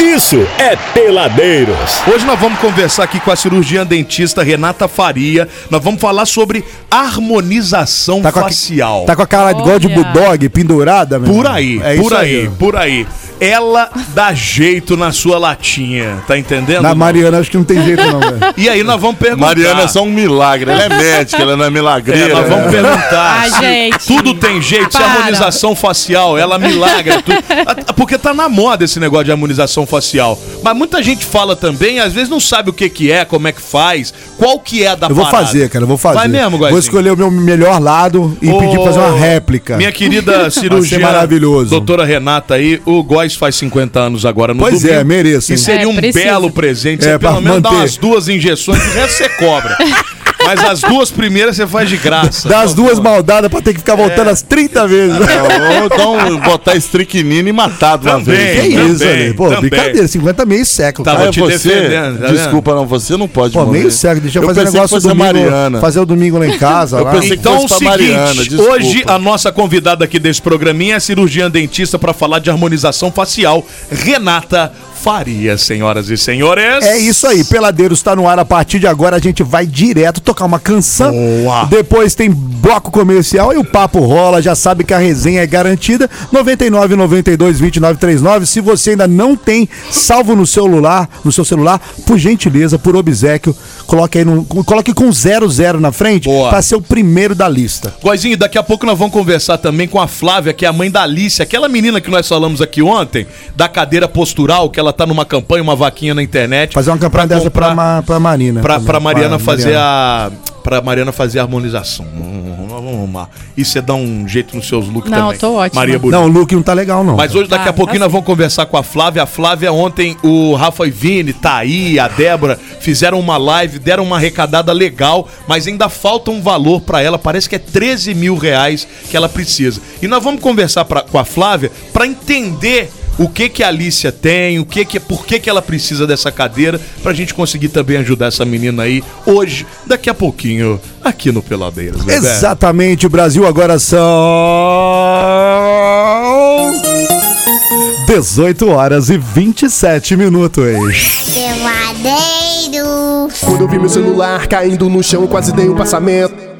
isso é Peladeiros. Hoje nós vamos conversar aqui com a cirurgiã dentista Renata Faria. Nós vamos falar sobre harmonização Tá com a- facial. Tá com a cara igual de Olha. bulldog pendurada, meu Por irmão. aí, É por isso aí, ó. por aí. Ela dá jeito na sua latinha, tá entendendo? Na Mariana, acho que não tem jeito, não, velho. E aí nós vamos perguntar. Mariana é só um milagre. Ela é médica, ela não é É, milagreira. nós vamos né? perguntar. Ah, se gente. Tudo tem jeito, se Para. harmonização facial, ela milagra tudo. Ah, Porque tá na moda esse negócio de harmonização facial. Mas muita gente fala também, às vezes não sabe o que que é, como é que faz, qual que é a da Eu vou parada. fazer, cara, eu vou fazer. Vai mesmo, Guaizinho? Vou escolher o meu melhor lado e pedir pra fazer Ô, uma réplica. Minha querida cirurgia maravilhoso. doutora Renata aí, o Góis faz 50 anos agora no Pois é, mereço, E hein? seria É, um precisa. belo presente. Você É, pelo pra menos dá manter. umas duas injeções, o resto você cobra. Mas as duas primeiras você faz de graça. Das Então, duas maldadas pra ter que ficar voltando É. as 30 vezes. Ou então botar estricnina e matar de uma Também. vez. Que isso, Também, Ale? Pô, também. brincadeira, 50 meio século. Tá cara. Tava né? Aí te defendendo, tá vendo? desculpa, não, você não pode Pô, morrer. meio século. Deixa eu, Eu fazer um pensei que negócio fosse a domingo. Mariana. Fazer o domingo lá em casa. lá. pensei que Então é o fosse pra seguinte, Mariana, desculpa. hoje a nossa convidada aqui desse programinha é a cirurgiã dentista para falar de harmonização facial, Renata Faria, senhoras e senhores. É isso aí, Peladeiros está no ar a partir de agora. A gente vai direto tocar uma canção. Boa. Depois tem bloco comercial e o papo rola. Já sabe que a resenha é garantida. 99 92 29 39. Se você ainda não tem salvo no seu celular, no seu celular, por gentileza, por obsequio, coloque aí no, coloque com 00 na frente Boa. para ser o primeiro da lista. Goizinho, daqui a pouco nós vamos conversar também com a Flávia, que é a mãe da Alice, aquela menina que nós falamos aqui ontem, da cadeira postural, que ela tá numa campanha, uma vaquinha na internet. Fazer uma campanha pra dessa para comprar- Ma, pra Marina. Pra, também, pra Mariana fazer Mariana. a. Pra Mariana fazer a harmonização. Hum, Nós vamos arrumar. E você dá um jeito nos seus looks Não, também. eu tô ótima. Maria Bonita. Não, o look não tá legal não. Mas hoje, daqui a Tá, pouquinho, tá nós vamos conversar com a Flávia. A Flávia, ontem, o Rafa e Vini, Thaí, a Débora, fizeram uma live, deram uma arrecadada legal, mas ainda falta um valor pra ela. Parece que é 13 mil reais que ela precisa. E nós vamos conversar pra- com a Flávia pra entender. O que que a Alicia tem, o que que, por que que ela precisa dessa cadeira, pra gente conseguir também ajudar essa menina aí hoje, daqui a pouquinho, aqui no Peladeiras, né, é? bebê. Exatamente, Brasil agora são 18 horas e 27 minutos. Peladeiros. Quando eu vi meu celular caindo no chão, eu quase dei um passamento.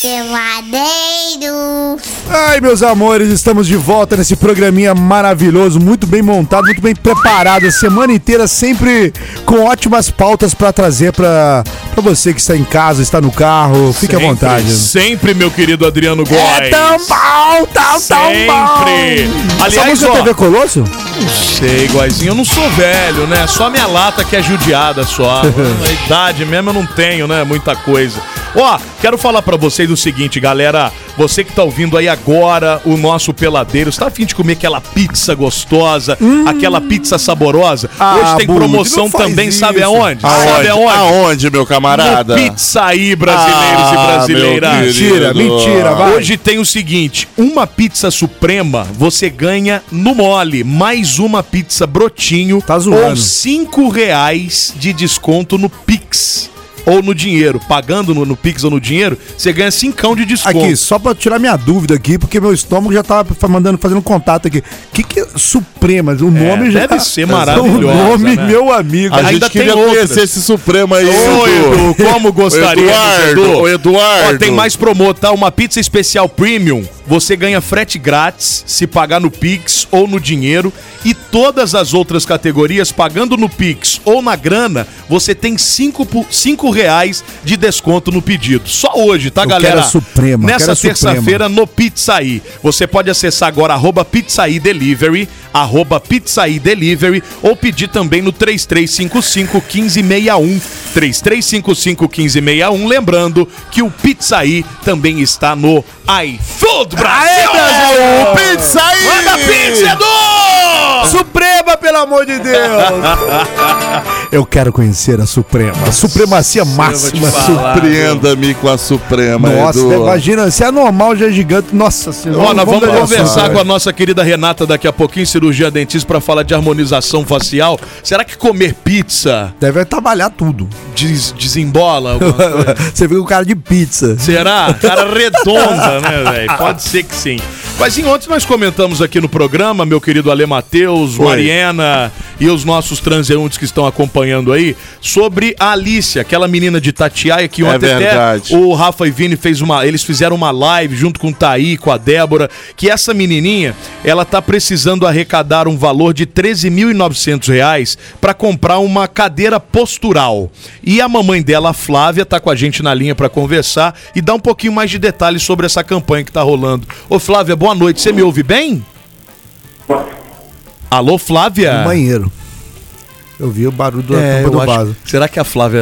Peladeiros. Ai, meus amores, estamos de volta nesse programinha maravilhoso, muito bem montado, muito bem preparado, a semana inteira sempre com ótimas pautas pra trazer pra pra você que está em casa, está no carro, fique à vontade. Sempre, meu querido Adriano Góes. É tão bom, tão, tão bom. Sempre. Essa Aliás, música ó, é TV Colosso? Sei, iguaizinho. Eu não sou velho, né? Só minha lata que é judiada só. A idade mesmo eu não tenho, né? Muita coisa. Ó, quero falar pra vocês o seguinte, galera. Você que tá ouvindo aí agora o nosso peladeiro, está afim de comer aquela pizza gostosa, aquela pizza saborosa? Hum. Ah, Hoje tem Bud, promoção não faz também, isso. sabe aonde? Aonde? Sabe aonde? Ah, Aonde, meu camarada? No Pizzaí, brasileiros Ah, e brasileiras. meu querido. Mentira, mentira, vai. Hoje tem o seguinte: uma pizza suprema você ganha no mole, mais uma pizza brotinho, Tá zoando. ou cinco reais de desconto no Pix. Ou no dinheiro, pagando no, no Pix ou no dinheiro, você ganha cincão de desconto. Aqui, só pra tirar minha dúvida aqui, porque meu estômago já tava fa- mandando, fazendo contato aqui. Que que é Suprema? O nome já... tá deve ser maravilhosa, O nome, né? meu amigo. A Ainda gente queria tem outras. conhecer esse Supremo aí, Ô, Edu. Edu, como gostaria, Eduardo, Edu? o Eduardo. Ó, tem mais promo, tá? Uma pizza especial premium. Você ganha frete grátis se pagar no Pix ou no dinheiro. E todas as outras categorias, pagando no Pix ou na grana, você tem 5 reais de desconto no pedido. Só hoje, tá, Eu galera? quero a Suprema, quero Nessa a Suprema. terça-feira no Pizzaí. Você pode acessar agora arroba Pizzaí Delivery, arroba Pizzaí Delivery ou pedir também no 3355 1561. 3355 1561. Lembrando que o Pizzaí também está no iFood Brasil! Brasil! Pizza aí! Manda pizza, Edu! Suprema, pelo amor de Deus. Eu quero conhecer a Suprema. a Supremacia máxima. Su- Surpreenda-me com a Suprema, Nossa, Edu. imagina, se é normal já é gigante. Nossa senhora. Ó, nós vamos dar conversar assunto, com a nossa querida Renata daqui a pouquinho, cirurgia dentista, pra falar de harmonização facial. Será que comer pizza Deve trabalhar tudo. des- desembola alguma coisa? Você viu o cara de pizza. Será? Cara redonda, né, velho? Pode ser que sim. Mas em ontem nós comentamos aqui no programa, meu querido Ale Matheus, Mariana e os nossos transeuntes que estão acompanhando aí, sobre a Alice, aquela menina de Tatiaia que ontem até verdade. o Rafa e Vini fez uma. Eles fizeram uma live junto com o Thaí, com a Débora, que essa menininha, ela tá precisando arrecadar um valor de 13.900 reais pra comprar uma cadeira postural. E a mamãe dela, a Flávia, tá com a gente na linha pra conversar e dar um pouquinho mais de detalhes sobre essa campanha que tá rolando. Ô Flávia, boa noite. Você me ouve bem? Alô, Flávia? Banheiro. Eu vi o barulho da É, tampa eu do acho- vaso. Será que a Flávia.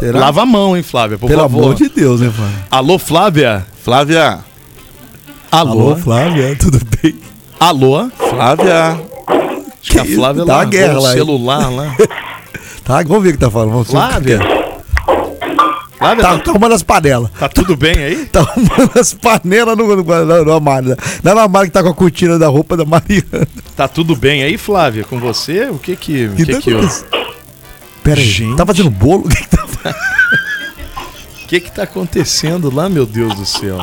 Será? Lava a mão, hein, Flávia? Por Pelo favor. amor de Deus, né, mano? Alô, Flávia? Flávia, Alô? Flávia, tudo bem? Alô? Flávia. Acho que a Flávia Tá lá, uma guerra lá, hein? celular lá. Tá, vamos ver o que tá falando. Vamos ver o que Flávia? que Flávia, é. Tá, tá arrumando as panelas. tá tudo bem aí? Tá arrumando as panelas no, no, no, no armário. Não é no armário que tá com a cortina da roupa da Mariana. Tá tudo bem aí, Flávia? Com você? O que que... O que tá que, o isso? Pera aí, Gente. tá fazendo bolo? O que que que tá que tá acontecendo lá, meu Deus do céu?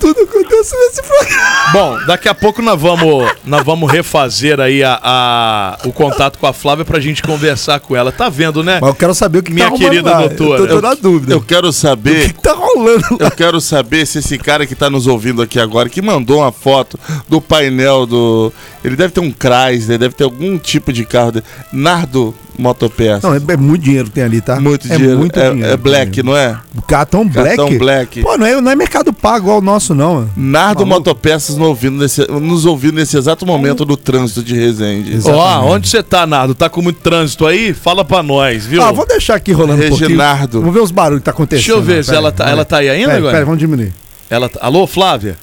tudo acontecendo nesse programa? Bom, daqui a pouco nós vamos, nós vamos refazer aí a, a- o contato com a Flávia pra gente conversar com ela. Tá vendo, né? Mas eu quero saber o que que Minha tá arrumando querida lá. doutora. Eu tô, tô na dúvida. Eu O quero que saber. que tá rolando lá? Eu quero saber se esse cara que tá nos ouvindo aqui agora, que mandou uma foto do painel do. Ele deve ter um Chrysler, deve ter algum tipo de carro. De... Nardo Motopeça. Não, é, é muito dinheiro que tem ali, tá? muito é dinheiro. É, Muito é dinheiro. black, não é? Cartão black? Cartão black. Pô, não é, não é mercado pago igual o nosso, não. mano. Nardo Maluco. Motopeças nos ouvindo, nesse, nos ouvindo nesse exato momento do trânsito de Resende. Ó, onde você tá, Nardo? Tá com muito trânsito aí? Fala pra nós, viu? Ah, vou deixar aqui rolando um pouquinho. Reginardo. Vamos ver os barulhos que tá acontecendo. Deixa eu ver se Pera ela tá, pera ela tá aí ainda pera, agora? Pera, vamos diminuir. Ela tá- Alô, Flávia?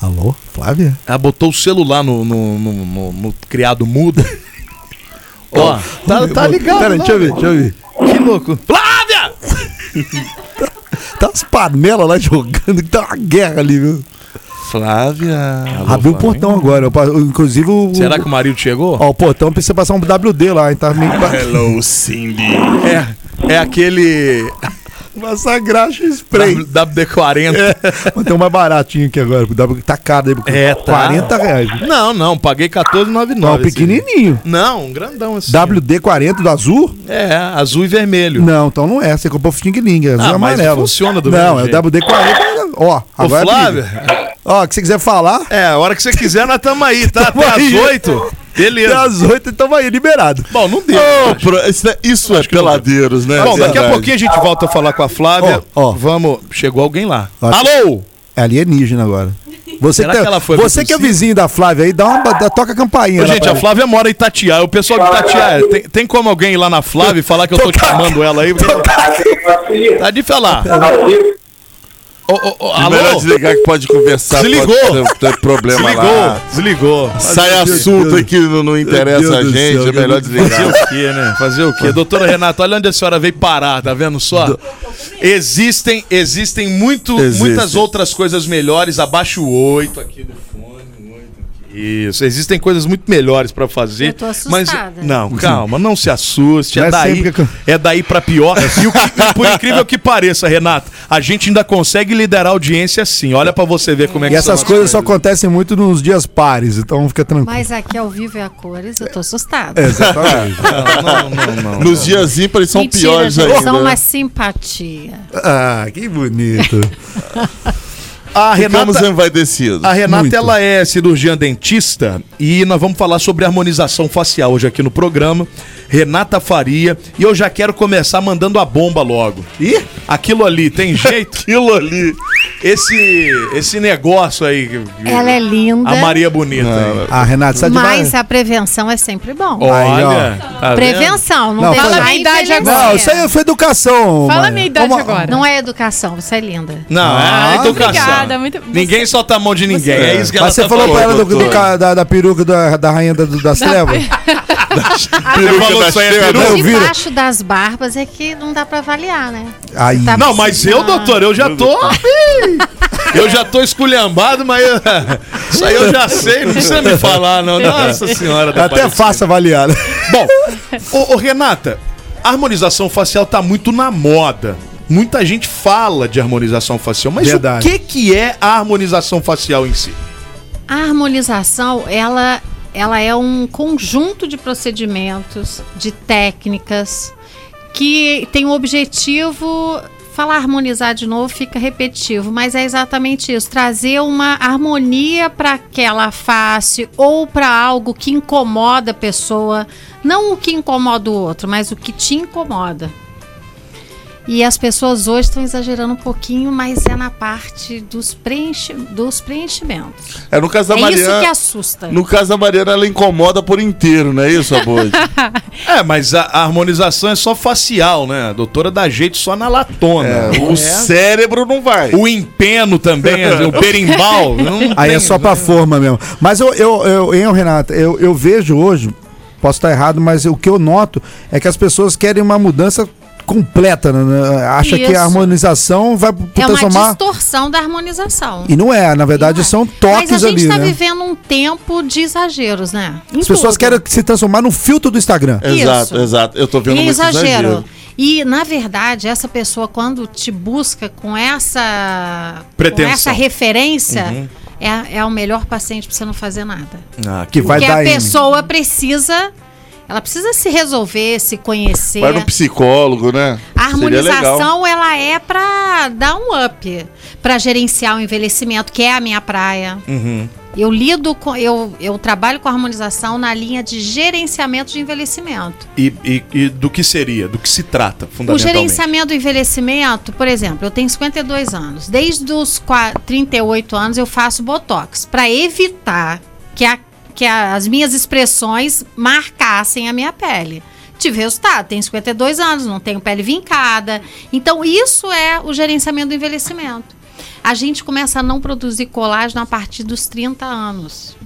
Alô, Flávia? Ela Ah, botou o celular no, no, no- no- no criado mudo. Ó, tá, tá ligado. Pera, aí, lá, deixa eu ver, deixa eu ver. Que louco. Flávia! Tá as panelas lá jogando, que tá uma guerra ali, viu? Flávia. Abriu o portão agora. eu pa- eu, inclusive o. Será que o marido chegou? Ó, o portão precisa passar um WD lá, hein? Tá meio que pa- Hello, Cindy. É, é aquele passar graxa e spray. W- WD-40. Mas tem um mais baratinho aqui agora. o W- Tá caro aí. É, tá. 40 reais. Não, não, paguei R$14,99. Não, esse aí. pequenininho. Não, um grandão assim. WD-40 do azul? É, azul e vermelho. Não, então não é. Você comprou Fling-Ling, azul e Ah, mas amarelo. funciona do Não, mesmo é o WD-40. Ó, Ô, agora. é Flávio, perigo. Ó, o que você quiser falar, é, a hora que você quiser, nós tamo aí, tá? Tamo Até às aí. 8. até Beleza. às 8 então vai liberado. Bom, não deu. Ô, pro- isso é, isso é peladeiros, né? Bom, daqui a Verdade. pouquinho a gente volta a falar com a Flávia. Ó, ó. Vamos. Chegou alguém lá. Ó, Alô! É alienígena agora. Você, Será que, tá- que ela foi você que é abduzida? vizinho da Flávia aí, dá uma, dá- toca a campainha. Ô, lá gente, pra a ela. Flávia mora em Itatiaia. é O pessoal de Itatiaia, tem, tem como alguém ir lá na Flávia e falar que eu tô chamando ela aí? Tá de falar. Ô, ô, ô, É Melhor alô? desligar que pode conversar. Desligou. Pode ter, ter problema Desligou, lá. desligou. Sai assunto aqui, não, não Meu interessa a Deus do gente. céu, é melhor Fazer desligar. o quê, né? Fazer o quê? Doutora Renata, olha onde a senhora veio parar, tá vendo só? Existem, existem muito, Existe. muitas outras coisas melhores. Abaixa o oito aqui do fone, o oito aqui. Isso, existem coisas muito melhores pra fazer. Eu tô mas assustada. não, calma, não se assuste. Não É é daí, sempre que eu- é daí pra pior. E o que- e por incrível que pareça, Renata, a gente ainda consegue liderar a audiência assim. Olha pra você ver como é E que são essas as coisas só acontecem muito nos dias pares, então fica tranquilo. Tá Mas aqui ao vivo é a cores, eu tô assustada. Exatamente. Não, não, não. Nos dias ímpares são Mentira, piores gente, ainda. são né? uma simpatia. ah, que bonito. A Ficamos Renata, envaidecidos. A Renata, Muito. ela é cirurgiã dentista e nós vamos falar sobre harmonização facial hoje aqui no programa. Renata Faria. E eu já quero começar mandando a bomba logo. Ih? Aquilo ali, tem jeito? Aquilo ali. esse, esse negócio aí. que- Ela é linda. A Maria Bonita. aí. Ah, Renato, está de Mas barra- a prevenção é sempre bom. Olha. tá vendo? prevenção, não, Não, deixa fala a a minha idade envelhecer. agora. Não, isso aí é foi educação. Fala a Maia. minha idade Uma- agora. Não é educação, você é linda. Não, é a Ah, educação. obrigada, muito- Ninguém solta a mão de ninguém. É isso que ela Mas você tá falou pra ela falando. do, do doutor. ca- da, da peruca da, da rainha da- do- das trevas? Você falou da isso aí, é Xena, peru? né? Eu vi. Debaixo das barbas é que não dá pra avaliar, né? Aí. Tá Não, mas eu, Não. Ah, doutor, eu já tô. Eu já tô esculhambado, mas eu- isso aí eu já sei, não precisa me falar, não. Nossa senhora, É tá até parecendo. fácil avaliar. né? Bom, ô, ô, Renata, a harmonização facial tá muito na moda. Muita gente fala de harmonização facial, mas Verdade. o que, que é a harmonização facial em si? A harmonização, ela, ela é um conjunto de procedimentos, de técnicas, que tem o objetivo. Falar harmonizar de novo fica repetitivo, mas é exatamente isso: trazer uma harmonia para aquela face ou para algo que incomoda a pessoa. Não o que incomoda o outro, mas o que te incomoda. E as pessoas hoje estão exagerando um pouquinho, mas é na parte dos, preenchi dos preenchimentos. É no Tá caso da É isso que Mariana. assusta. No caso da Mariana, ela incomoda por inteiro, não é isso, Abud? É, mas a, a harmonização é só facial, né? A doutora dá jeito só na latona. O É. cérebro não vai. O empeno também, o berimbau. não Aí é tem- só pra forma mesmo. Mas eu, eu, eu hein, ô, Renato, eu, eu vejo hoje, posso estar errado, mas o que eu noto é que as pessoas querem uma mudança completa, né? né? Acha que Isso. a harmonização vai é uma transformar. distorção da harmonização. E não é, na verdade Não é. são toques Mas a gente ali, está né? vivendo um tempo de exageros, né? Em As pessoas tudo. querem se transformar no filtro do Instagram. É. Exato, isso. exato. Eu tô vendo E muito É exagero. exagero. E, na verdade, essa pessoa, quando te busca com essa, com Pretensão. essa referência, Uhum. é, é o melhor paciente para você não fazer nada. Ah, que vai Porque dar a M. pessoa precisa. Ela precisa se resolver, se conhecer. Vai no psicólogo, né? A Seria legal. É. harmonização, ela é pra dar um up, pra gerenciar o envelhecimento, que é a minha praia. Uhum. Eu lido com, eu, eu trabalho com a harmonização na linha de gerenciamento de envelhecimento. E, e- e do que seria? Do que se trata, O fundamentalmente? gerenciamento do envelhecimento, por exemplo, eu tenho 52 anos. Desde os qua- 38 anos eu faço botox pra evitar que, a- que a- as minhas expressões marcassem a minha pele. Tive resultado, tenho 52 anos, não tenho pele vincada. Então, isso é o gerenciamento do envelhecimento. A gente começa a não produzir colágeno a partir dos 30 anos.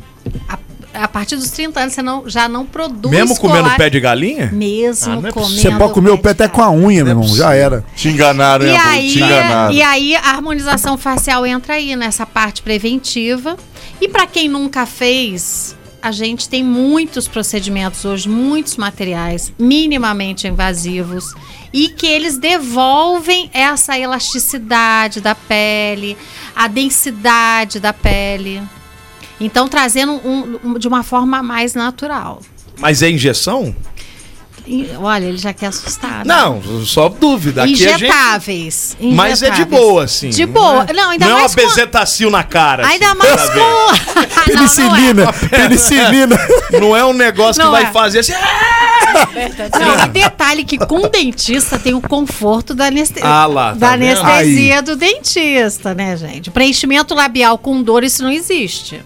A, a partir dos 30 anos você não, já não produz Mesmo comendo colá- pé de galinha? Ah, Mesmo não é comendo. Você pode comer o pé até de com a unha, meu irmão. Já era. Te enganaram, hein, e Abud? Te aí, enganaram. e aí a harmonização facial entra aí nessa parte preventiva. E para quem nunca fez, a gente tem muitos procedimentos hoje, muitos materiais minimamente invasivos e que eles devolvem essa elasticidade da pele, a densidade da pele. Então trazendo um- um- de uma forma mais natural. Mas é injeção? E, olha, ele já quer assustar. né? Não, só dúvida. Aqui a gente- injetáveis, Mas é de injetáveis. boa, assim. De boa. Não, ainda Não é uma mais com... bezetacil na cara. assim, Ainda pra mais ver. com... Penicilina, penicilina. Não é um negócio Não que vai é. fazer assim. "Ah!" Não, não, é. não, e detalhe que com o dentista tem o conforto da, aneste... Ah lá, tá da vendo? anestesia do dentista, né, gente? Preenchimento labial com dor, isso não existe.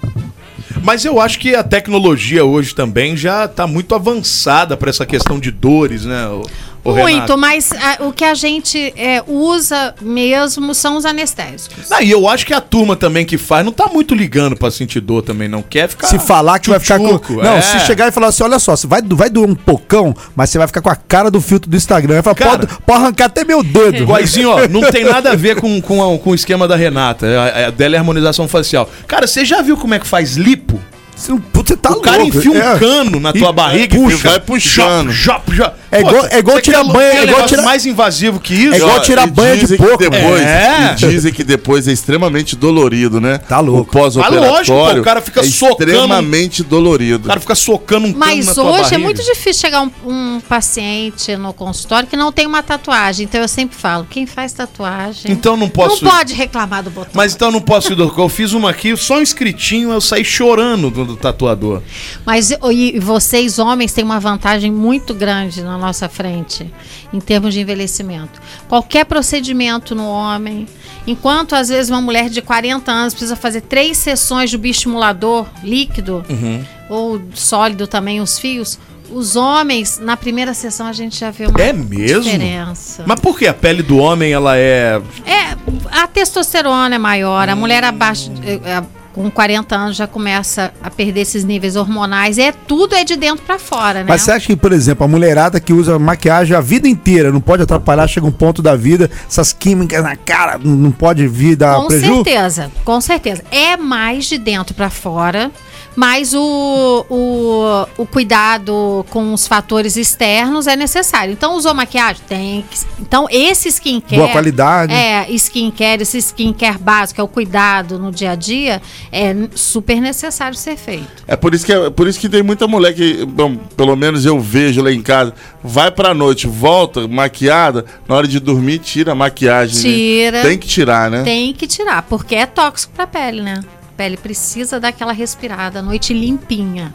Mas eu acho que a tecnologia hoje também já tá muito avançada pra essa questão de dores, né? ô- ô Muito, Renato? mas ah, o que a gente é, usa mesmo são os anestésicos. Ah, e eu acho que a turma também que faz não tá muito ligando pra sentir dor também, não quer ficar. Se falar que vai ficar com. tchutchuco, Não, é. se chegar e falar assim: olha só, você vai, vai doer um pocão, mas você vai ficar com a cara do filtro do Instagram. Vai falar, Cara. pode, pode arrancar até meu dedo. Uhum. Guaizinho, ó, não tem nada a ver com, com, a- com o esquema da Renata. A, a dela é harmonização facial. Cara, você já viu como é que faz lipo? Você não- putz, você tá o cara louco. enfia um É. né? cano na tua E barriga puxa. e fica- Vai puxando. Jop, jop, jop. É Pô, igual- é igual você tirar quer banho, é quer igual negócio tirar- mais invasivo que isso? É igual Ó, tirar e banho de dizem que porco. Depois, É. E dizem que depois é extremamente dolorido, né? Tá louco. O pós-operatório. Ah, lógico, pô, o cara fica é socando. extremamente dolorido. O cara fica socando um cano na Mas tua hoje barriga. é muito difícil chegar um, um paciente no consultório que não tem uma tatuagem. Então eu sempre falo, quem faz tatuagem Então não posso. não pode reclamar do botão. Mas então não posso ir, doutor. Eu fiz uma aqui, só um escritinho, eu saí chorando do, do tatuador. Tá. Mas e- e vocês, homens, têm uma vantagem muito grande na nossa frente em termos de envelhecimento. Qualquer procedimento no homem, Enquanto às vezes uma mulher de 40 anos precisa fazer três sessões de bioestimulador líquido Uhum. ou sólido também os fios, os homens na primeira sessão a gente já vê uma É mesmo? diferença. Mas por que a pele do homem, ela é. É, a testosterona é maior, a mulher abaixo eh, eh, com 40 anos já começa a perder esses níveis hormonais. É tudo é de dentro pra fora, né? Mas você acha que, por exemplo, a mulherada que usa maquiagem a vida inteira não pode atrapalhar, chega um ponto da vida, essas químicas na cara, não- não pode vir dar com preju? certeza, com certeza. É mais de dentro pra fora, mas o, o, o cuidado com os fatores externos é necessário. Então, usou maquiagem? Tem. que- Então, esse skincare. Boa qualidade. É, skincare, esse skincare básico, é o cuidado no dia a dia, é n- super necessário ser feito. É por isso que é por isso que tem muita mulher que, bom, pelo menos eu vejo lá em casa, vai pra noite, volta maquiada, na hora de dormir tira a maquiagem. né? Tira. Tem que tirar, né? Tem que tirar, porque é tóxico pra pele, né? A pele precisa dar aquela respirada, à noite limpinha.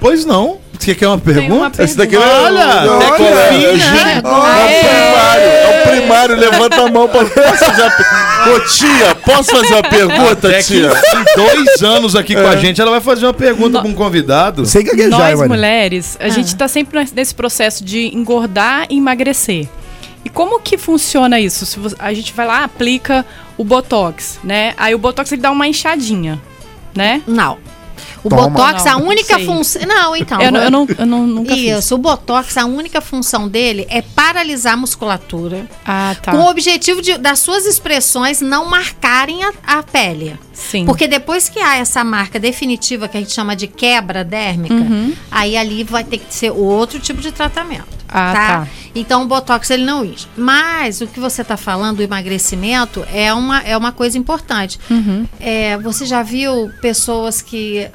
Pois não. Você quer uma pergunta? uma Esse daqui é Olha, Olha, até que é, enfim, é, né? ju- é o primário, é o primário, levanta a mão pra posso fazer a per- Ô tia, posso fazer uma pergunta, Até que É. tia? em dois anos aqui com a gente, ela vai fazer uma pergunta pra um convidado. Sem gaguejar, Nós, mano. mulheres, Ah. a gente tá sempre nas- nesse processo de engordar e emagrecer. E como que funciona isso? Se vo- a gente vai lá, aplica o Botox, né? Aí o Botox ele dá uma inchadinha, né? Não. O Toma. Botox, a Não, única sei. função. Não, então. Eu, não- eu não, eu não- nunca fiz. Isso, o Botox, a única função dele é paralisar a musculatura, Ah, tá. com o objetivo de, das suas expressões não marcarem a, a pele. Sim. Porque depois que há essa marca definitiva que a gente chama de quebra dérmica, Uhum. aí ali vai ter que ser outro tipo de tratamento. Ah, tá. Então o Botox ele não incha. Mas o que você está falando, o emagrecimento, é uma, é uma coisa importante. Uhum. É, você já viu pessoas que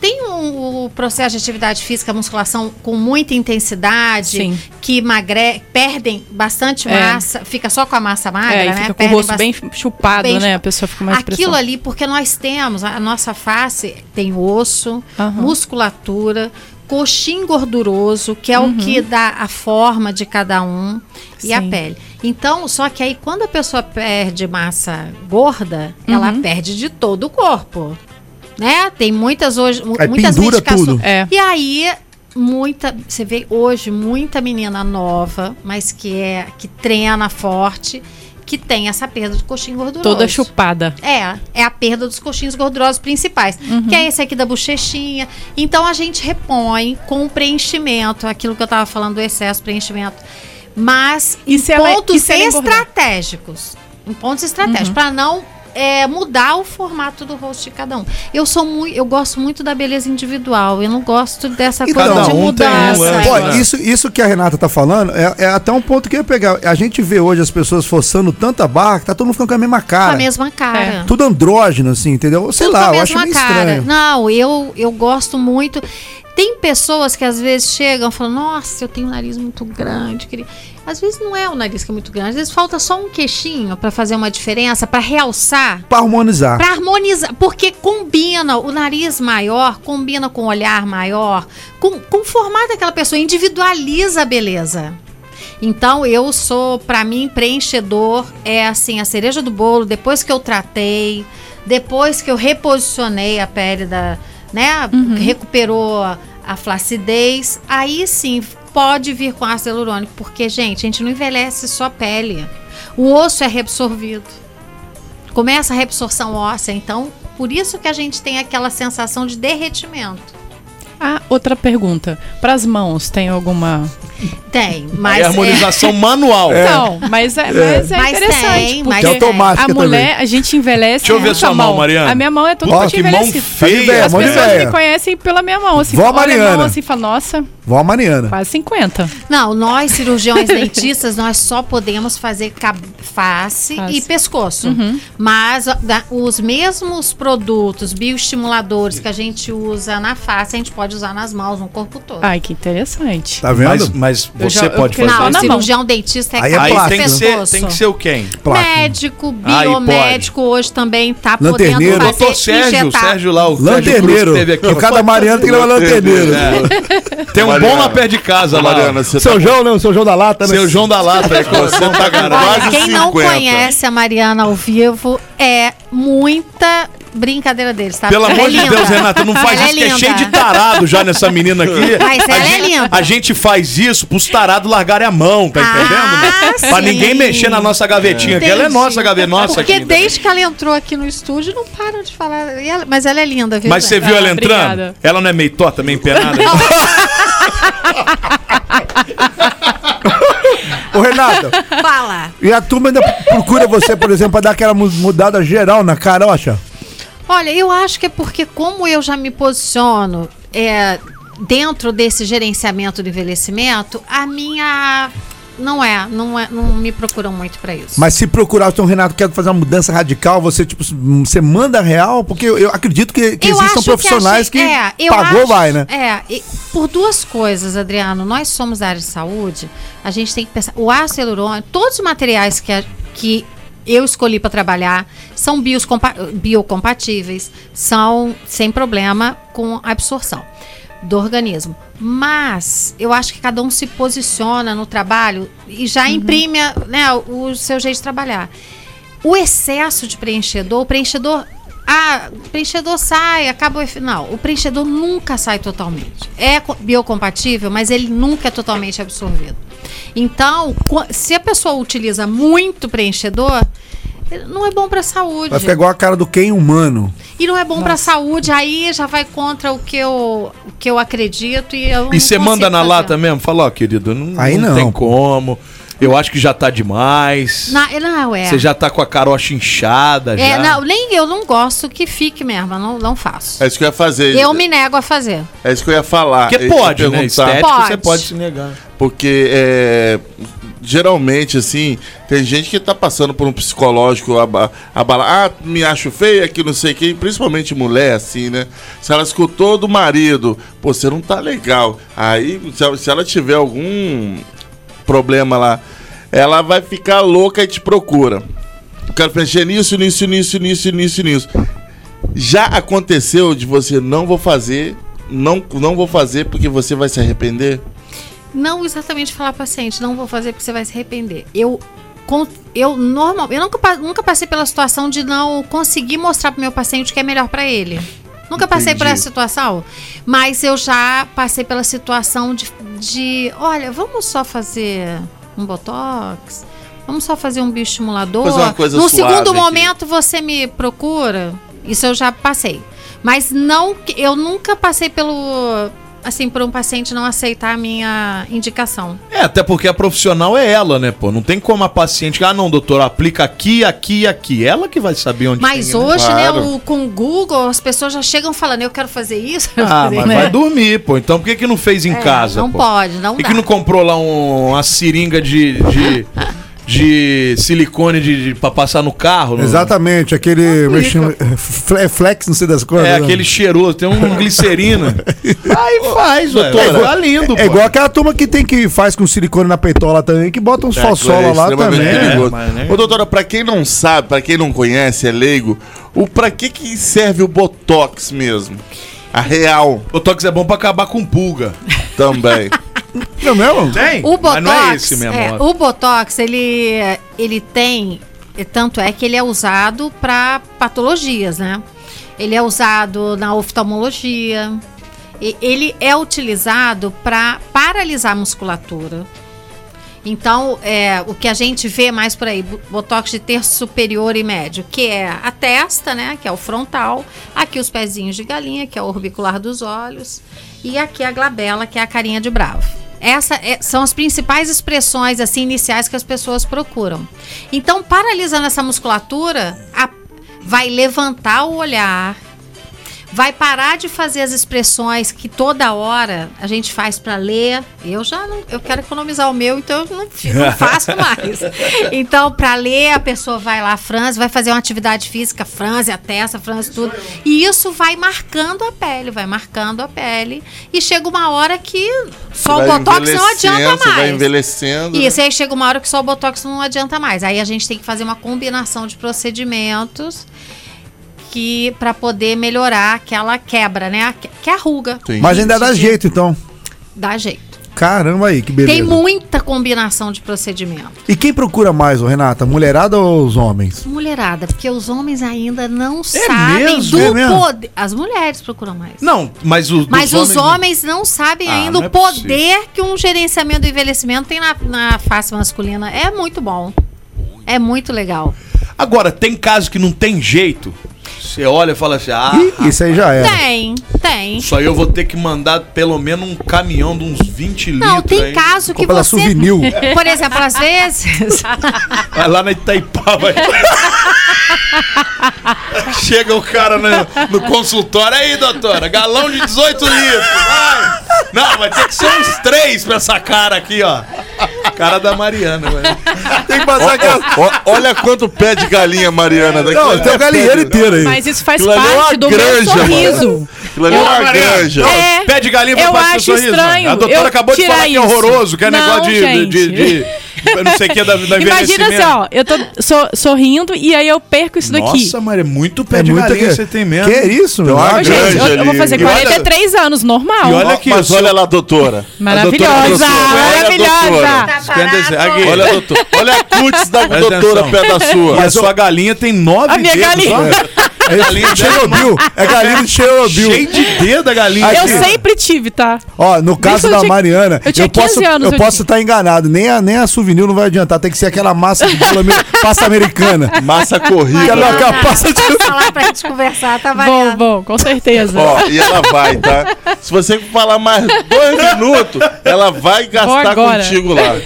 tem um- o processo de atividade física, musculação com muita intensidade, Sim. que magre perdem bastante É. massa, fica só com a massa magra, é, e né? fica com o Perdem rosto bas- bem chupado, bem né? chupa- A pessoa fica mais Aquilo pressão. ali, porque nós temos, a nossa face tem osso, Aham. musculatura, coxim gorduroso, que é o que dá a forma de cada um, e a Uhum. Sim. pele. Então, só que aí quando a pessoa perde massa gorda, ela Uhum. perde de todo o corpo. Né? Tem muitas hoje, mu- Aí muitas pendura medicações. tudo. É. E aí muita, você vê hoje muita menina nova, mas que é que treina forte, que tem essa perda de coxinho gorduroso. Toda chupada. É, é a perda dos coxinhos gordurosos principais, que é esse aqui da bochechinha. Então a gente repõe com o preenchimento, aquilo que eu tava falando do excesso, preenchimento. Mas E em se ela- é- e pontos se ela engordar? Uhum. estratégicos. Em pontos estratégicos, pra não é, mudar o formato do rosto de cada um. Eu sou muito, eu gosto muito da beleza individual. Eu não gosto dessa Então, coisa de cada um tem mudança. um ângulo, eu Pô, né? isso, isso que a Renata tá falando é, é até um ponto que eu ia pegar. A gente vê hoje as pessoas forçando tanta barra que tá todo mundo ficando com a mesma com cara. a mesma É, cara. Tudo andrógeno, assim, entendeu? Sei Tudo com lá, a eu acho mesma meio cara. estranho. Não, eu, eu gosto muito. Tem pessoas que às vezes chegam e falam, nossa, eu tenho um nariz muito grande. queria-". Às vezes não é o nariz que é muito grande, às vezes falta só um queixinho pra fazer uma diferença, pra realçar, Pra harmonizar. pra harmonizar. Porque combina o nariz maior, combina com o olhar maior, com, com o formato daquela pessoa, individualiza a beleza. Então eu sou, pra mim, preenchedor é assim a cereja do bolo. Depois que eu tratei, depois que eu reposicionei a pele da, né, recuperou a, a flacidez, aí sim pode vir com ácido hialurônico, porque gente, a gente não envelhece só a pele. O osso é reabsorvido. Começa a reabsorção óssea, então por isso que a gente tem aquela sensação de derretimento. Ah, outra pergunta. Para as mãos, tem alguma. Tem, É mas é, harmonização manual. Então, mas é, mas é Mas interessante. tem, mas porque tem. É automática a mulher, a gente envelhece. Deixa eu ver com sua a mão, Mariana. A minha mão é Ó, totalmente que mão envelhecida. feia. É, As mão de pessoas velha. me conhecem pela minha mão. Assim, Vó olha a Mariana. mão assim e fala, nossa, Vó Mariana. quase 50. é, Não, nós cirurgiões dentistas, nós só podemos fazer cab- face, Uhum. Face. e pescoço. Mas ó, da- os mesmos produtos bioestimuladores que a gente usa na face, a gente pode usar nas mãos, no corpo todo. Ai, que interessante. Tá vendo? Mas, mas Mas você já- eu pode fiquei- fazer. Não, Não, na cirurgião dentista é Aí é caro Aí pra plástico. tem que, ser, pescoço. tem que ser o quem? Plástico. Médico, Aí pode. biomédico hoje também tá Lanterneiro. podendo fazer Doutor Sérgio, injetar. Sérgio lá, o Sérgio Cruz que Lanterneiro. teve aqui. No cada Mariana tem que levar lanterneiro. É. Tem um bom lá perto de casa, lá. Mariana, você tá Seu João, né? O Seu João da Lata, né? Seu João da Lata, é coração da garagem. Olha, quem não 50. conhece a Mariana ao vivo é muita brincadeira deles, tá? Pelo Ela é amor de linda. Deus, Renato, não faz Ela isso, que é linda. cheio de tarado já nessa menina aqui. Mas a, ela é gente, linda. a gente faz isso pros tarados largarem a mão, tá entendendo? né? Ah, Pra sim. ninguém mexer na nossa gavetinha, que ela é Entendi. nossa gaveta, nossa Porque aqui. né? desde que ela entrou aqui no estúdio, não param de falar. E ela- mas ela é linda, viu? Mas você gente? viu Ah, ela entrando? obrigada. Ela não é meio torta, meio empenada? Ô, Renato, Fala. e a turma ainda procura você, por exemplo, pra dar aquela mu- mudada geral na carocha? Olha, eu acho que é porque como eu já me posiciono é, dentro desse gerenciamento do envelhecimento, a minha não é, não é, não me procuram muito pra isso. Mas se procurar, então, Renato, quero fazer uma mudança radical, você, tipo, hum, você manda real? Porque eu, eu acredito que, que Eu existam acho a profissionais gente- que, é, eu pagou, acho- vai, né? É, e por duas coisas, Adriano. Nós somos da área de saúde, a gente tem que pensar. O ácido hialurônico, todos os materiais que, a- que eu escolhi para trabalhar são bioscompa- biocompatíveis, são sem problema com a absorção do organismo. Mas eu acho que cada um se posiciona no trabalho e Uhum. já imprime a- né, o seu jeito de trabalhar o excesso de preenchedor, o preenchedor. Ah, o preenchedor sai, acaba o efeito. Não, o preenchedor nunca sai totalmente. É co- biocompatível, mas ele nunca é totalmente absorvido. Então, qu- se a pessoa utiliza muito preenchedor, não é bom para a saúde. Vai ficar igual a cara do quem humano. E não é bom para a saúde, aí já vai contra o que eu, o que eu acredito. E, eu não E você manda consigo na fazer. lata mesmo? Fala, ó, querido, não, Aí não. tem como. Eu acho que já tá demais. Na, não, é. Você já tá com a carocha inchada. é já. não, nem eu não gosto que fique mesmo, eu não, não faço. É isso que eu ia fazer. Eu me nego a fazer. É isso que eu ia falar. Eu Porque ia pode, né? perguntar. Estético, Pode. você pode se negar. Porque é, geralmente, assim, tem gente que tá passando por um psicológico aba- abalar. Ah, me acho feia, que não sei o que, principalmente mulher, assim, né? Se ela escutou do marido, pô, você não tá legal. Aí, se ela- se ela tiver algum problema lá, ela vai ficar louca e te procura. Eu quero mexer nisso, nisso, nisso, nisso, nisso, nisso. Já aconteceu de você não vou fazer, não, não vou fazer porque você vai se arrepender? Não exatamente falar paciente, não vou fazer porque você vai se arrepender. Eu con- eu normal, eu nunca, pa- nunca passei pela situação de não conseguir mostrar pro meu paciente o que é melhor para ele. Nunca passei por Entendi. essa situação, mas eu já passei pela situação de, de olha, vamos só fazer um botox, vamos só fazer um bioestimulador. Fazer uma coisa no suave segundo aqui. momento você me procura. Isso eu já passei. Mas não, que- eu nunca passei pelo assim por um paciente não aceitar a minha indicação. É, até porque a profissional é ela, né, pô? Não tem como a paciente. Ah, não, doutor, aplica aqui, aqui e aqui. Ela que vai saber onde Mas tem, né? hoje, né, Claro. o, com o Google, as pessoas já chegam falando, eu quero fazer isso. eu quero Ah, fazer mas isso." vai dormir, pô. Então por que, que não fez em né? É, casa? Não pô? pode, É não Por que, dá. que não comprou lá um- uma seringa de. de... de silicone de, de, pra passar no carro. no- Exatamente, Tá aquele. mexendo- é, fle- flex, não sei das coisas. É né? aquele cheiroso, tem um glicerina. Aí faz, doutor. Tá lindo, É igual aquela turma que tem que faz com silicone na peitola também, que bota uns falsola Aquilo é lá extremamente também. perigoso. É, mas, né? Ô, doutora, pra quem não sabe, pra quem não conhece, é leigo, o pra que que serve o Botox mesmo? A real Botox é bom pra acabar com pulga. também. Não é mesmo? Tem? O Botox, Mas não é esse mesmo. é, ó. o Botox, ele, ele tem, e tanto é que ele é usado para patologias, né? Ele é usado na oftalmologia, e- ele é utilizado para paralisar a musculatura. Então, é, o que a gente vê mais por aí, bo- botox de terço superior e médio, que é a testa, né, que é o frontal, aqui os pezinhos de galinha, que é o orbicular dos olhos, e aqui a glabela, que é a carinha de bravo. Essas são as principais expressões assim iniciais que as pessoas procuram. Então, paralisando essa musculatura, a- vai levantar o olhar, Vai parar de fazer as expressões que toda hora a gente faz para ler. Eu já não, eu quero economizar o meu, então eu não, fi- não faço mais. Então, para ler, a pessoa vai lá, franze, vai fazer uma atividade física, franze a testa, franze tudo. E isso vai marcando a pele, vai marcando a pele. E chega uma hora que só o Vai botox não adianta envelhecendo, mais. Você vai envelhecendo. né? Isso, aí chega uma hora que só o Botox não adianta mais. Aí a gente tem que fazer uma combinação de procedimentos que para poder melhorar aquela quebra, né? A que- Que é a ruga. Sim. Mas ainda dá jeito, então. Dá jeito. Caramba aí, que beleza. Tem muita combinação de procedimento. E quem procura mais, ô Renata? Mulherada ou os homens? Mulherada, porque os homens ainda não sabem mesmo? do É mesmo? poder. As mulheres procuram mais. Não, mas, o, dos Mas os homens né? não sabem Ah, ainda não é o poder que um gerenciamento do envelhecimento tem na, na face masculina. É muito bom. É muito legal. Agora, tem caso que não tem jeito. Você olha e fala assim: ah, Ih, isso aí já É, era. Tem, tem. isso aí eu vou ter que mandar pelo menos um caminhão de uns 20 litros. Não, tem hein? é caso que Compra da você. souvenir. Por exemplo, às vezes. Vai lá na Itaipava. Chega o cara no, no consultório. Aí, doutora, galão de 18 litros. Vai. Não, vai ter que ser uns três pra essa cara aqui, ó. Cara da Mariana, velho. né? Tem que passar aquela. Ó, ó, olha quanto pé de galinha, Mariana. Daqui é, Não, tem o galinheiro inteiro aí. Mas isso faz Aquilo ali é uma parte do meu granja, sorriso. mano. Aquilo ali é uma granja. É. Pé de galinha Eu parte do acho sorriso, estranho. mano. A doutora Eu acabou de tirar falar que é isso. horroroso, que é Não, negócio de, de, gente. de, de- eu não sei o que da, da Imagina assim, ó, eu tô so- sorrindo e aí eu perco isso daqui. Nossa, Maria, muito pé É de muito galinha que- você tem mesmo. Que isso, meu? uma Ô, gente, granja eu, eu vou ali. fazer E olha- 43 anos, normal. E olha É Ó, aqui, Mas o olha lá, doutora. A doutora- maravilhosa, maravilhosa. Olha, Olha, doutor. Olha a cutis da Presta doutora atenção. perto da E sua. a sua galinha tem nove A minha dedos. galinha. ó. É galinha de Chernobyl. É galinha de Chernobyl. Cheio de dedo a galinha. Aí, Eu Aqui. sempre tive, tá? Ó, no caso quando da eu tinha- Mariana, eu, eu tinha posso 15 anos, eu eu posso tinha. estar enganado. Nem a, nem a souvenir não vai adiantar. Tem que ser aquela massa de bolo, amer- passa americana. Massa corrida. Aquela, aquela passa de... falar pra gente conversar, tá Bom, valendo. bom, com certeza. Ó, e ela vai, tá? Se você falar mais dois minutos, ela vai gastar agora. contigo lá.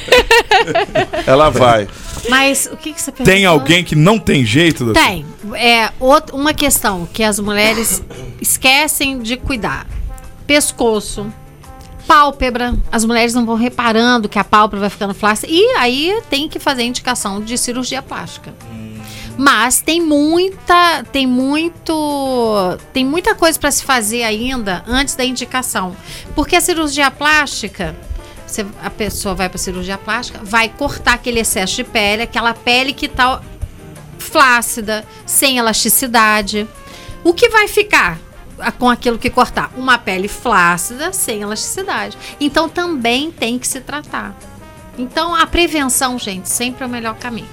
Ela vai. Mas o que, que você perguntou? Tem alguém que não tem jeito? doutor? Tem. É, outra, uma questão que as mulheres esquecem de cuidar: pescoço, pálpebra. As mulheres não vão reparando que a pálpebra vai ficando flácida. E aí tem que fazer indicação de cirurgia plástica. Mas tem muita, tem muito, tem muita coisa para se fazer ainda antes da indicação. Porque a cirurgia plástica, você- a pessoa vai para cirurgia plástica, vai cortar aquele excesso de pele, aquela pele que tá flácida, sem elasticidade. O que vai ficar a- com aquilo que cortar? Uma pele flácida, sem elasticidade. Então também tem que se tratar. Então a prevenção, gente, sempre é o melhor caminho.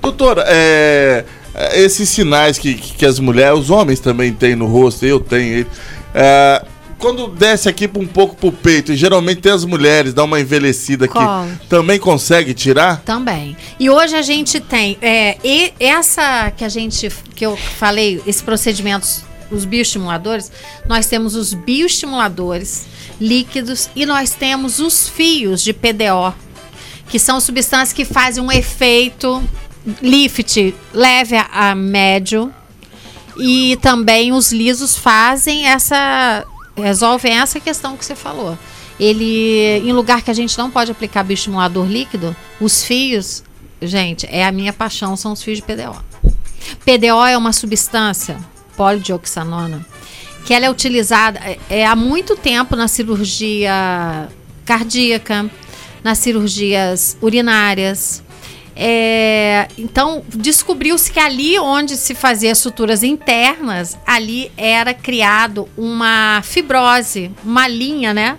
Doutora, é, é, esses sinais que, que que as mulheres, os homens também têm no rosto, eu tenho. ele, é, quando desce aqui um pouco pro peito, e geralmente tem as mulheres, dá uma envelhecida aqui, Qual? também consegue tirar? Também. E hoje a gente tem é, e essa que a gente que eu falei, esses procedimentos, os bioestimuladores, nós temos os bioestimuladores líquidos e nós temos os fios de PDO, que são substâncias que fazem um efeito lift leve a, a médio e também os lisos fazem essa resolvem essa questão que você falou. Ele em lugar que a gente não pode aplicar bioestimulador líquido, os fios, gente, é a minha paixão são os fios de PDO. PDO é uma substância polidioxanona que ela é utilizada é, é, há muito tempo na cirurgia cardíaca, nas cirurgias urinárias. É, então, descobriu-se que ali onde se fazia suturas internas, ali era criado uma fibrose, uma linha, né?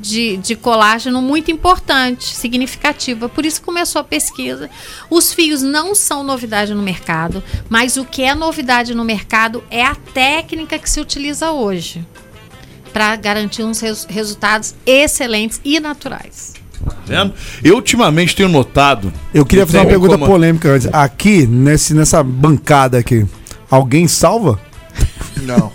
de, de colágeno muito importante, significativa. Por isso começou a pesquisa. Os fios não são novidade no mercado, mas o que é novidade no mercado é a técnica que se utiliza hoje para garantir uns res- resultados excelentes e naturais. Tá vendo? Eu ultimamente tenho notado. Eu queria fazer uma Tem pergunta como- polêmica antes. Aqui, nesse, nessa bancada aqui, alguém salva? Não.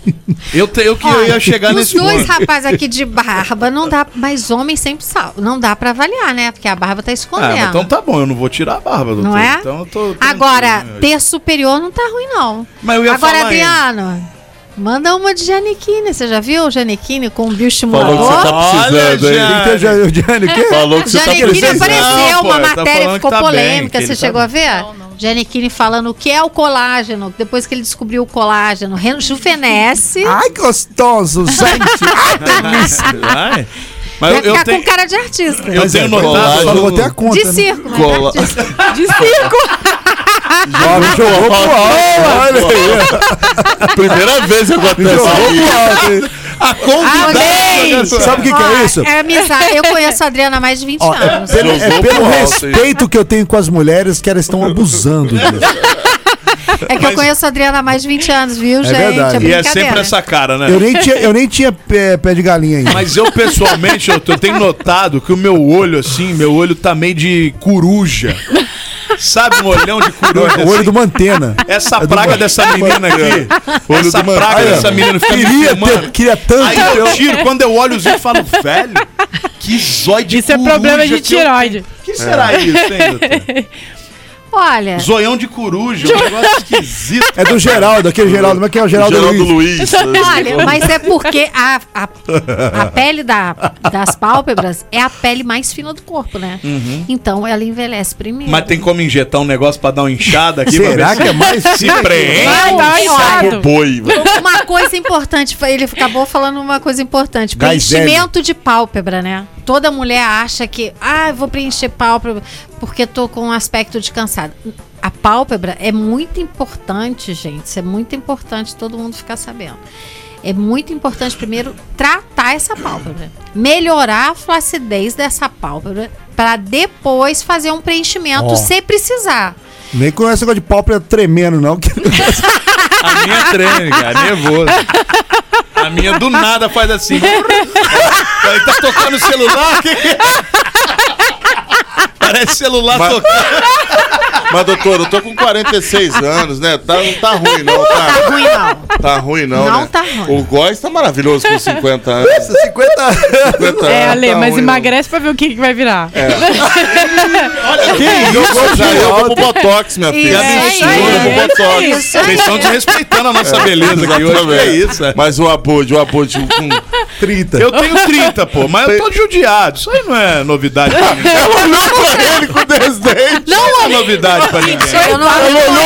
Eu, te- eu que eu ia chegar os nesse dois ponto. rapazes aqui de barba não dá, mas homem sempre salva. Não dá para avaliar, né? Porque a barba Ah, tá mas escondendo. então tá bom, eu não vou tirar a barba, doutor. Não é? Então eu tô. tô- Agora, ter superior não tá ruim, não. Mas eu ia Agora, falar ainda. Adriano, Manda uma de Janequine. Você já viu o Janequine com um bioestimulador? Falou que você tá precisando, Olha, hein? Jane. Então, já- o Gianni, o quê? Falou que você tá Janequine precisando. apareceu Não, pô, uma ele tá matéria, falando que ficou tá bem, polêmica. que ele Você tá chegou a ver? Não, não. Janequine falando o que é o colágeno, depois que ele descobriu o colágeno, rejuvenesce. Ah, Ai, gostoso, gente. Ai, delícia. Ai, Vai Mas eu, eu ficar tenho, com cara de artista. eu tenho é, Só não notado. vou ter a conta. De né? circo, né? Cola- Artista. De circo. Jovem jogou pro alto. Olha aí. Primeira vez que acontece isso. Jogou A convidada. pro alto. Sabe o que, que é Ó, isso? É amizade. Eu conheço a Adriana há mais de 20 Ó, é anos. pelo, é Jogou pelo pro alto, respeito que eu tenho com as mulheres que elas estão abusando disso. É que eu conheço a Adriana há mais de 20 anos, viu, gente? verdade. É E brincadeira. é sempre essa cara, né? Eu nem tinha, eu nem tinha pé, pé de galinha ainda. Mas eu pessoalmente, eu, tô- eu tenho notado que o meu olho, assim, meu olho tá meio de coruja. Sabe um olhão de coruja? o olho assim? de uma antena. Essa praga dessa menina É aqui. Olho essa do man- praga Olha, dessa menina fica me Queria, filmando. ter, queria tanto. Aí eu tiro, quando eu olho os vídeos, eu falo, velho, que zóio de Isso é problema de que eu- tiroide. que É. será isso, hein, doutor? Olha, Zoião de coruja, um negócio esquisito. É do Geraldo, aquele Geraldo. Mas quem é o Geraldo, Geraldo Luiz? Luiz. olha, mas é porque a, a, a pele da, das pálpebras é a pele mais fina do corpo, né? Então ela envelhece primeiro. Mas tem como injetar um negócio pra dar uma inchada aqui? pra ver Será se- que é mais... Se prende. Vai, vai, Saco olha. boi, velho. Uma coisa importante, ele acabou falando uma coisa importante. Gás hélio. Preenchimento de pálpebra, né? Toda mulher acha que, ah, eu vou preencher pálpebra porque tô com um aspecto de cansado. A pálpebra é muito importante, gente. Isso é muito importante todo mundo ficar sabendo. É muito importante primeiro tratar essa pálpebra, melhorar a flacidez dessa pálpebra para depois fazer um preenchimento Ó. se precisar. Nem com esse negócio de pálpebra tremendo, não. que- A minha treme, cara, nervoso. A minha do nada faz assim. Aí tá tocando o celular. que que é? Parece celular Mas- tocando. Mas, doutor, eu tô com 46 anos, né? Tá, não tá ruim, não. Tá, Ruim não. tá ruim, não. Não né? tá ruim. O Góis tá maravilhoso com 50 anos. 50 anos. 50 É, anos, então, Ale, tá mas ruim, não. emagrece pra ver o que, que vai virar. É, Olha, que Eu vou, já, eu vou pro Botox, minha Isso filha. aí, eu vou pro Botox. Isso aí. Vocês estão desrespeitando a nossa beleza aqui hoje. Que Exatamente. é isso, é. Mas o Abud, o Abud com... 30. Eu tenho 30, pô, mas eu tô judiado. Isso aí não é novidade pra mim. Ela olhou pra ele com desdém. Não é novidade pra ninguém. Eu não eu não-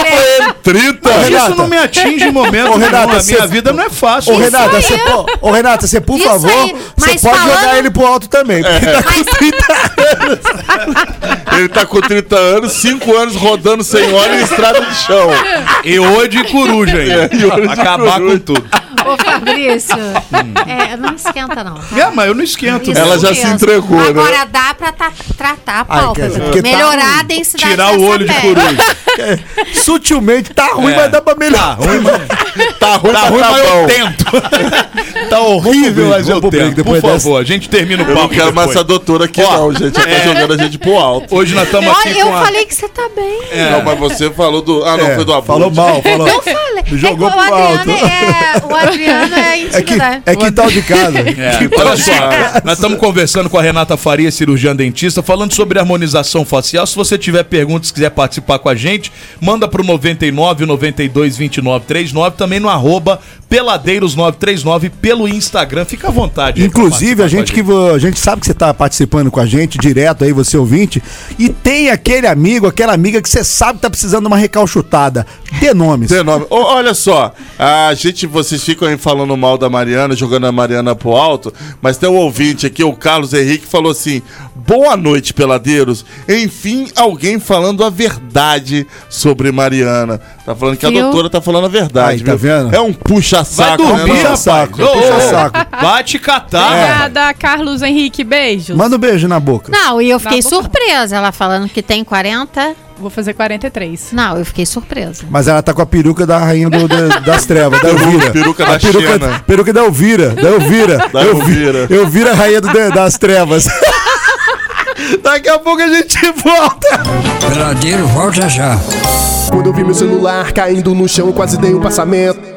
30? Isso Renata. não me atinge em momento é Ô, nenhum. Renata, A minha cê- vida não é fácil. Ô, Renata, você, po- ô, Renata, você, por Isso favor, aí, você mas pode jogar falando- ele pro alto também. porque tá com 30 Ele tá com 30 anos, 5 anos rodando sem óleo em estrada de chão. E hoje de coruja ainda. É, E olho de Acabar coruja. com tudo. Ô, Fabrício, é, não esquenta, não. Minha mãe, é, eu não esquento. Isso não. Ela já se mesmo. entregou, né? Agora dá pra ta- tratar a Ai, pálpebra. quer dizer, porque tá melhorar a ruim. densidade Tirar o é dessa olho de pele. coruja. Sutilmente, tá ruim, É. mas dá pra melhorar. Tá ruim, Tá mas ruim, tá mas eu bom. tento. tá horrível, mas vamos eu pro break tento. Por depois dessa. favor, a gente termina o Eu não papo. quero mais depois. essa doutora aqui, Ó, não, gente. Ela tá jogando a gente pro alto. Hoje nós estamos aqui Olha, eu com a... falei que você tá bem. Não, mas você falou do. Ah, não, É, foi do Abud. falou mal, falou. Eu falei. Jogou é que pro o Adriano alto. é. O Adriano é É, que, intimidade. é quintal de casa. É, olha só, nós estamos conversando com a Renata Faria, cirurgiã dentista, falando sobre harmonização facial. Se você tiver perguntas, quiser participar com a gente, manda pro 99 92 29 39, também no arroba peladeiros939 pelo Instagram. Fica à vontade. aí pra Inclusive, a participar gente com que vo- a gente sabe que você tá participando com a gente direto aí, você ouvinte, e tem aquele amigo, aquela amiga que você sabe que tá precisando de uma recalchutada. Dê nomes. Tem nome. Ô, olha só, a gente, vocês ficam aí falando mal da Mariana, jogando a Mariana pro alto, mas tem um ouvinte aqui, o Carlos Henrique, falou assim: Boa noite, peladeiros. Enfim, alguém falando a verdade sobre Mariana. Tá falando que a Viu? doutora tá falando a verdade. Aí, tá viu? vendo? É um Vai puxa-saco, dormir, não? tá rapaz. saco, Ô, puxa ô, ô, saco. Vai te catar. Obrigada, Carlos Henrique. Beijos. Manda um beijo na boca. Não, e eu fiquei Na boca. surpresa. Ela falando que tem 40. Vou fazer 43. Não, eu fiquei surpresa. Mas ela tá com a peruca da rainha do- da- das trevas, da Elvira. peruca da a peruca, Xena. peruca da Elvira, da Elvira. Da Elvira. Elvira, rainha do- das trevas. Daqui a pouco a gente volta. Peladeiro volta já. Quando eu vi meu celular caindo no chão, eu quase dei um passamento.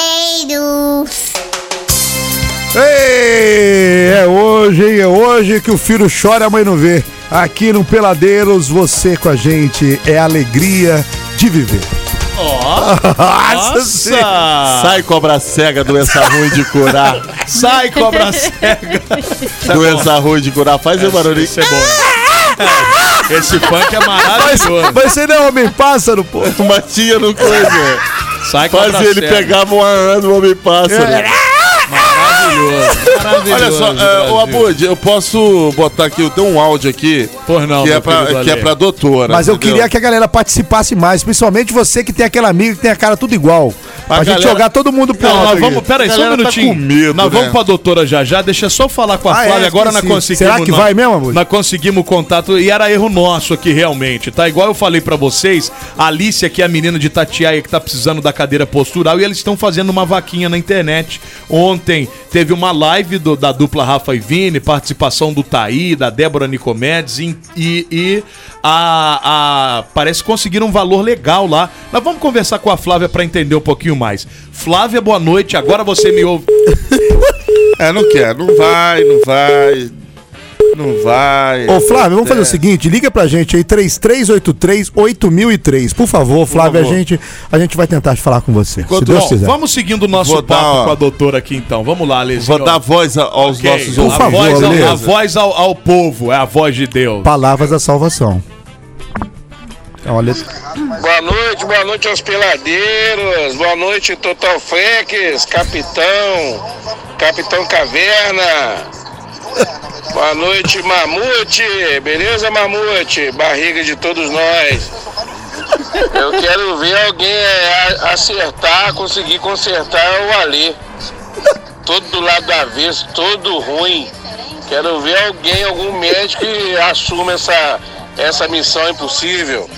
Peladeiros. Ei, é hoje, hein? É hoje que o filho chora e a mãe não vê. Aqui no Peladeiros, você com a gente é a alegria de viver. Nossa! Sai, cobra cega, doença ruim de curar. Tá Sai, cobra cega! doença ruim de curar. Faz o barulho. Isso é bom. Esse funk é maravilhoso. Mas você não é homem pássaro, pô. Matia no coisa. Sai, cobra Quase ele cega. pegava uma ano no homem pássaro. Maravilhoso. Maravilhoso. Olha só, ah, ô Abud, eu posso botar aqui, eu tenho um áudio aqui. Pois não, que, é meu querido pra, que é Ale. pra doutora. Mas eu entendeu? queria que a galera participasse mais, principalmente você que tem aquela amiga que tem a cara tudo igual. Pra A gente galera- jogar todo mundo pro Não, alto nós aqui. vamos, peraí, só um Galera tá minutinho. com medo, nós né? vamos pra doutora já já, deixa eu só falar com a Ah, é, Flávia, agora nós esqueci. conseguimos. Será que não- vai mesmo, Abud? Nós conseguimos o contato e era erro nosso aqui realmente, tá? Igual eu falei pra vocês, a Alice aqui, a menina de Tatiaia que tá precisando da cadeira postural e eles estão fazendo uma vaquinha na internet. Ontem teve uma live do- da dupla Rafa e Vini, participação do Taí, da Débora Nicomedes e, e- e a, a- parece que conseguiram um valor legal lá. Nós vamos conversar com a Flávia pra entender um pouquinho mais. Flávia, boa noite. Agora você me ouve. É, não quer. Não vai, não vai. Não vai. Ô Flávio, vamos fazer É. o seguinte, liga pra gente aí, 3383-8003. Por favor, Flávio, favor. A, gente, a gente vai tentar falar com você, Enquanto- se Deus Bom, quiser. vamos seguindo o nosso Vou dar papo uma- com a doutora aqui então. Vamos lá, Alezinho. Vou dar voz a- aos Ok, nossos a Por favor, voz, ao, beleza. a voz ao, ao povo, é a voz de Deus. Palavras da salvação. Olha, Boa noite, boa noite aos peladeiros, boa noite Total Freques, Capitão, Capitão Caverna, boa noite Mamute, beleza Mamute, barriga de todos nós. Eu quero ver alguém a- acertar, conseguir consertar o Ali. Todo do lado do avesso, todo ruim. Quero ver alguém, algum médico que assuma essa, essa missão impossível.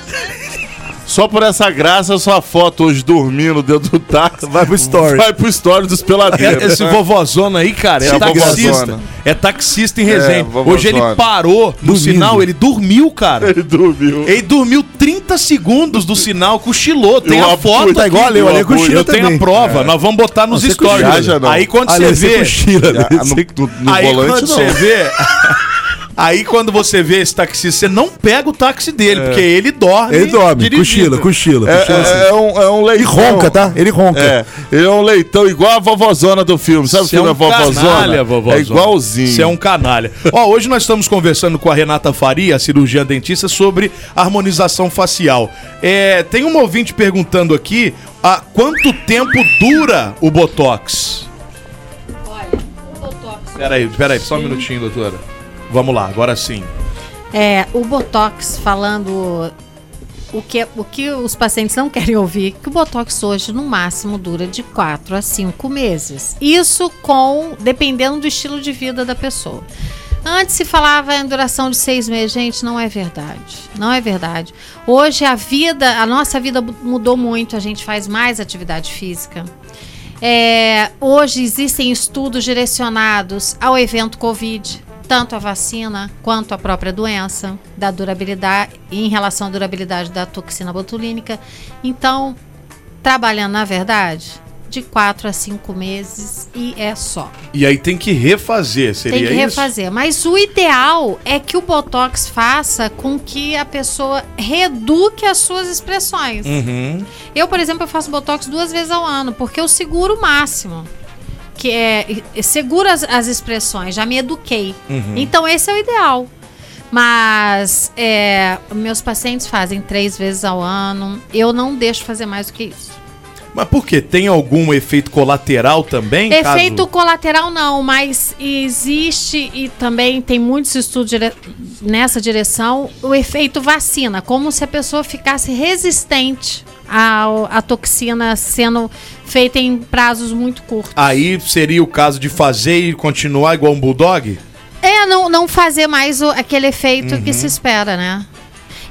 Só por essa graça, sua foto hoje dormindo dentro do táxi. Vai pro story. Vai pro story dos peladeiros. É, né? Esse vovozona aí, cara, é Esse taxista. vovozona. É taxista em Resende. vovozona. Hoje ele parou no Dormindo. sinal, ele dormiu, cara. Ele dormiu. Ele dormiu 30 segundos do sinal, cochilou. Tem Eu a abu- foto. tá igual aqui, eu, meu Ale abu- cochila Eu tenho também. a prova, nós vamos botar nos você stories. cochila, não. Aí quando olha você vê. cochila, né? Ah, no no- no aí volante, quando não. você vê. Aí quando você vê esse taxista, você não pega o táxi dele, porque ele dorme. Ele dorme, dirigindo. cochila, cochila, É, cochila assim. é- é um, é um E leitão. ronca, tá? Ele ronca. É, ele é um leitão igual a vovozona do filme. Sabe o Você é filme um A Vovozona? canalha, vovózona. É igualzinho. Você é um canalha. Ó, hoje nós estamos conversando com a Renata Faria, a cirurgiã dentista, sobre harmonização facial. É, tem um ouvinte perguntando aqui há quanto tempo dura o Botox? Peraí, peraí, só um minutinho, doutora. Vamos lá, agora sim. É, o Botox falando o que, o que os pacientes não querem ouvir, que o Botox hoje no máximo dura de 4 a 5 meses. Isso com dependendo do estilo de vida da pessoa. Antes se falava em duração de seis meses, gente, não é verdade. Não é verdade. Hoje a vida, a nossa vida mudou muito, a gente faz mais atividade física. É, hoje existem estudos direcionados ao evento Covid, tanto a vacina quanto a própria doença, da durabilidade em relação à durabilidade da toxina botulínica. Então, trabalhando na verdade, de 4 a 5 meses e é só. E aí tem que refazer, seria Tem que isso? refazer. Mas o ideal é que o Botox faça com que a pessoa reduque as suas expressões. Uhum. Eu, por exemplo, eu faço Botox duas vezes ao ano, porque eu seguro o máximo. Que é. e- e Seguro as, as expressões, já me eduquei. Uhum. Então, esse é o ideal. Mas é, meus pacientes fazem três vezes ao ano. Eu não deixo fazer mais do que isso. Mas por quê? Tem algum efeito colateral também? Efeito caso- colateral não, mas existe e também tem muitos estudos dire- nessa direção o efeito vacina, como se a pessoa ficasse resistente ao- à toxina sendo feita em prazos muito curtos. Aí seria o caso de fazer e continuar igual um bulldog? É, não, não fazer mais o- aquele efeito que se espera, né?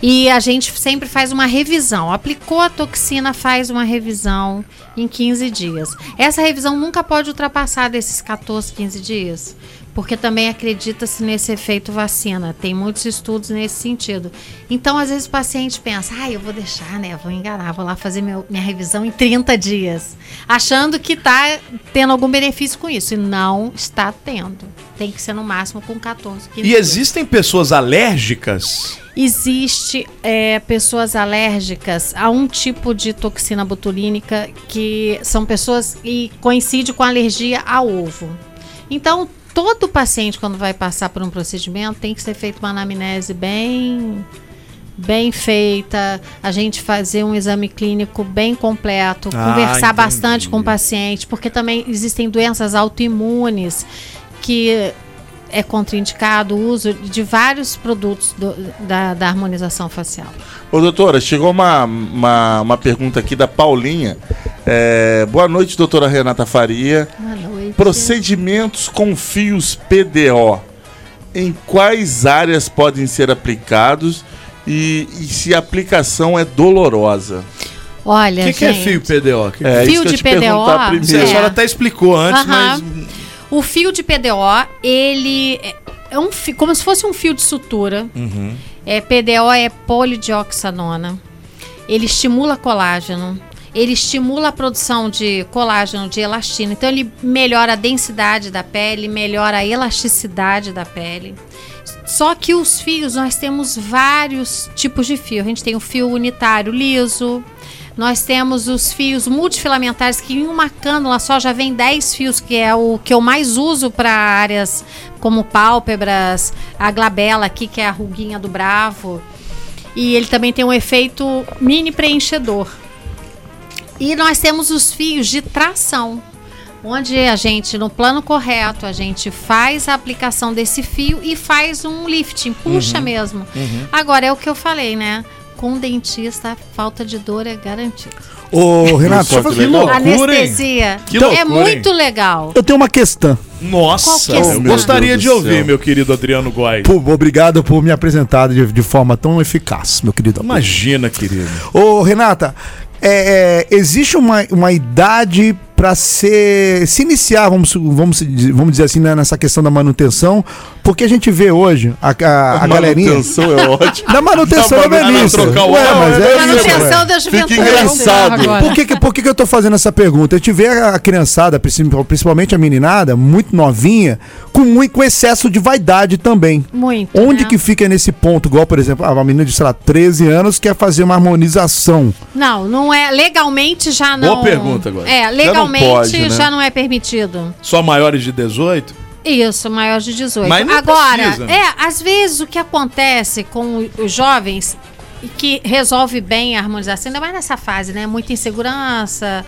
E a gente sempre faz uma revisão. Aplicou a toxina, faz uma revisão em 15 dias. Essa revisão nunca pode ultrapassar desses 14, 15 dias. Porque também acredita-se nesse efeito vacina. Tem muitos estudos nesse sentido. Então, às vezes, o paciente pensa: ah, eu vou deixar, né? Vou enganar, vou lá fazer meu- minha revisão em 30 dias. Achando que tá tendo algum benefício com isso. E não está tendo. Tem que ser no máximo com 14, 15 E dias. existem pessoas alérgicas? Existe é, pessoas alérgicas a um tipo de toxina botulínica que são pessoas e coincide com a alergia ao ovo. Então, todo paciente quando vai passar por um procedimento tem que ser feita uma anamnese bem bem feita, a gente fazer um exame clínico bem completo, Ah, conversar entendi. bastante com o paciente, porque também existem doenças autoimunes que é contraindicado o uso de vários produtos do- da, da harmonização facial. Ô, doutora, chegou uma, uma, uma pergunta aqui da Paulinha. É, boa noite, doutora Renata Faria. Boa noite. Procedimentos com fios PDO. Em quais áreas podem ser aplicados e, e se a aplicação é dolorosa? O Olha, que, que é gente, fio PDO? Que- É Fio isso que eu de te perguntar PDO? Você- A primeiro. É. senhora até explicou antes, Aham. mas. O fio de PDO, ele é- é um fio, como se fosse um fio de sutura. Uhum. É, PDO é polidioxanona. Ele estimula colágeno. Ele estimula a produção de colágeno, de elastina. Então, ele melhora a densidade da pele, melhora a elasticidade da pele. Só que os fios, nós temos vários tipos de fio. A gente tem o fio unitário liso, nós temos os fios multifilamentares, que em uma cânula só já vem 10 fios, que é o que eu mais uso para áreas como pálpebras, a glabela aqui, que é a ruguinha do bravo. E ele também tem um efeito mini preenchedor. E nós temos os fios de tração, onde a gente, no plano correto, a gente faz a aplicação desse fio e faz um lifting, puxa mesmo. Agora, é o que eu falei, né? Com dentista, a falta de dor é garantida. Ô, Renato, assim, Isso, deixa eu fazer- que legal. loucura, hein? Anestesia Que é loucura, hein? muito legal. eu tenho uma questão. Nossa, Qual que é eu esse- gostaria Meu Deus de do ouvir, céu. meu querido Adriano Góes. Pô, obrigado por me apresentar de, de forma tão eficaz, meu querido. amigo. Imagina, querido. Ô, Renata, é, é, existe uma, uma idade para ser se iniciar, vamos, su- vamos, se dizer- vamos dizer assim, né, nessa questão da manutenção, porque a gente vê hoje a, a, a galerinha. Manutenção é ótimo. Da manutenção da, Da manu- velhice. Ah, vai trocar o Ué, óleo, mas é isso, ué. né? Manutenção da juventude. engraçado. Agora. Por que, que- por que, que eu tô fazendo essa pergunta? A gente vê a criançada, principal- principalmente a meninada, muito novinha, com, muito, com excesso de vaidade também. Muito. Onde né? que fica nesse ponto? Igual, por exemplo, a menina de, sei lá, 13 anos quer fazer uma harmonização. Não, não é. Legalmente já não. Boa pergunta agora. É, legalmente já não, né? é permitido. Só maiores de 18? Isso, maior de 18. Mas não agora, precisa. é, às vezes o que acontece com os jovens e que resolve bem a harmonização, ainda mais nessa fase, né? Muita insegurança.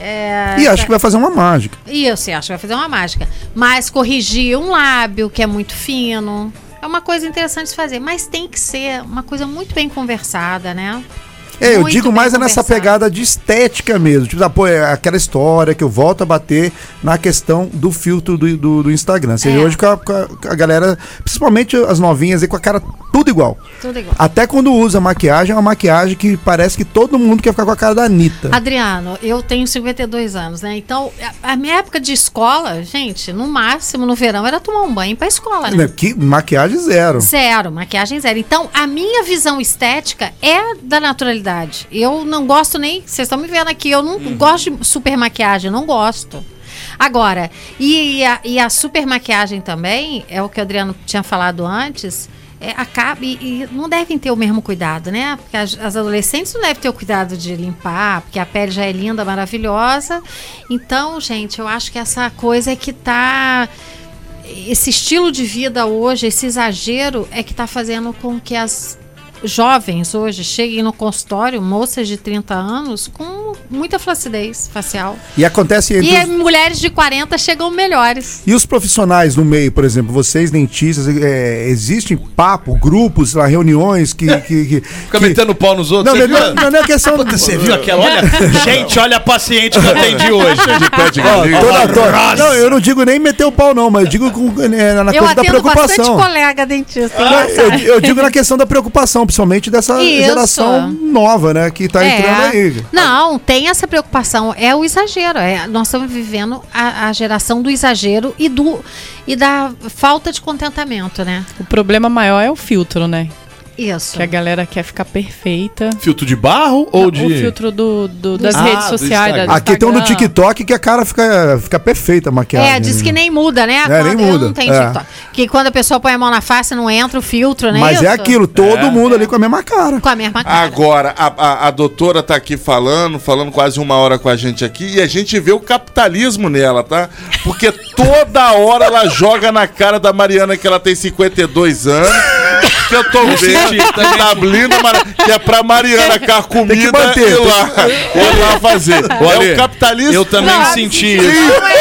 é, E acho que vai fazer uma mágica. E eu sei, acho que vai fazer uma mágica. Mas corrigir um lábio que é muito fino. É uma coisa interessante de fazer, mas tem que ser uma coisa muito bem conversada, né? É, eu Muito digo bem mais é nessa conversada. pegada de estética mesmo. Tipo, ah, pô, é aquela história que eu volto a bater na questão do filtro do, do, do Instagram. Você É. vê hoje com a, com a- com a galera, principalmente as novinhas aí com a cara tudo igual. Tudo igual. Até quando usa maquiagem, é uma maquiagem que parece que todo mundo quer ficar com a cara da Anitta. Adriano, eu tenho 52 anos, né? Então, a a minha época de escola, gente, no máximo no verão era tomar um banho e ir pra escola, né? Né, Que maquiagem zero. Zero, maquiagem zero. Então, a minha visão estética é da naturalidade. Eu não gosto nem. Vocês estão me vendo aqui, eu não gosto de super maquiagem, não gosto. Agora, e, e a, e a super maquiagem também, é o que o Adriano tinha falado antes. É, acaba e, e não devem ter o mesmo cuidado, né? Porque as, as adolescentes não devem ter o cuidado de limpar, porque a pele já é linda, maravilhosa. Então, gente, eu acho que essa coisa é que tá esse estilo de vida hoje, esse exagero, é que está fazendo com que as jovens hoje cheguem no consultório, moças de 30 anos, com muita flacidez facial. E acontece entre E é os- as mulheres de 40 chegam melhores. E os profissionais no meio, por exemplo, vocês dentistas, é, existem papo, grupos, sei lá, reuniões que. que, que Fica que- metendo pau nos Não, outros. não, você não, viu? não, não é questão. Puta, você viu aquela? Olha, gente, olha a paciente que eu atendi hoje. De pé de Ó, galinha. toda- toda- não, eu não digo nem meter o pau, não, mas eu digo com- é, na Eu coisa da atendo bastante preocupação. colega dentista. Não, eu, eu digo na questão da preocupação, principalmente dessa Isso. geração nova, né? Que tá É. entrando aí. Não, tem essa preocupação. É o exagero. é- nós estamos vivendo a, a geração do exagero e, do, e da falta de contentamento, né? O problema maior é o filtro, né? Isso. é Que a galera quer ficar perfeita. Filtro de barro ou de. O filtro do, do- das Ah, redes do sociais. Instagram. da- do Aqui tem um do Instagram. TikTok que a cara fica, fica perfeita a maquiagem. É, diz que nem muda, né? É, nem Quando- muda, Eu não tenho é. TikTok. Que quando a pessoa põe a mão na face, não entra o filtro, né? Mas é Isso? aquilo, todo mundo ali com a mesma cara. Com a mesma cara. Agora, a, a, a doutora tá aqui falando, falando quase uma hora com a gente aqui, e a gente vê o capitalismo nela, tá? Porque toda hora ela joga na cara da Mariana que ela tem 52 anos. Que eu tô vendo, tablina, Mara- que é pra Mariana carcomida Tem que manter, e tem lá, e lá fazer. é Olha, o capitalismo. Eu também Não, senti isso.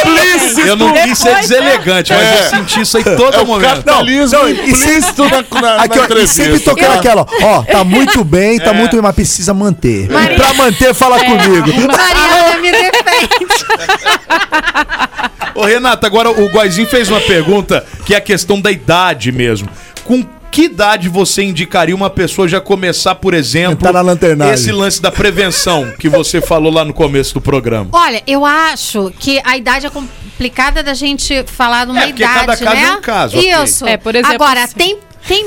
implícito. Eu não quis ser Depois- deselegante, mas É. eu senti isso em todo É o momento. capitalismo Não, e se- implícito na, na, Aqui, na ó, e entrevista. sempre tocando aquela, ó, ó, tá muito bem, É. tá muito bem, mas precisa manter. E pra manter, fala É. comigo. Mariana me defende. Ô, Renata, agora o Guaizinho fez uma pergunta que é a questão da idade mesmo. Com que idade você indicaria uma pessoa já começar, por exemplo, Entrar na lanternagem. esse lance da prevenção que você falou lá no começo do programa? Olha, eu acho que a idade é complicada da gente falar numa É, porque idade, cada caso né? é um caso, ok. Isso. É, por exemplo, Agora, assim. tem. Tem,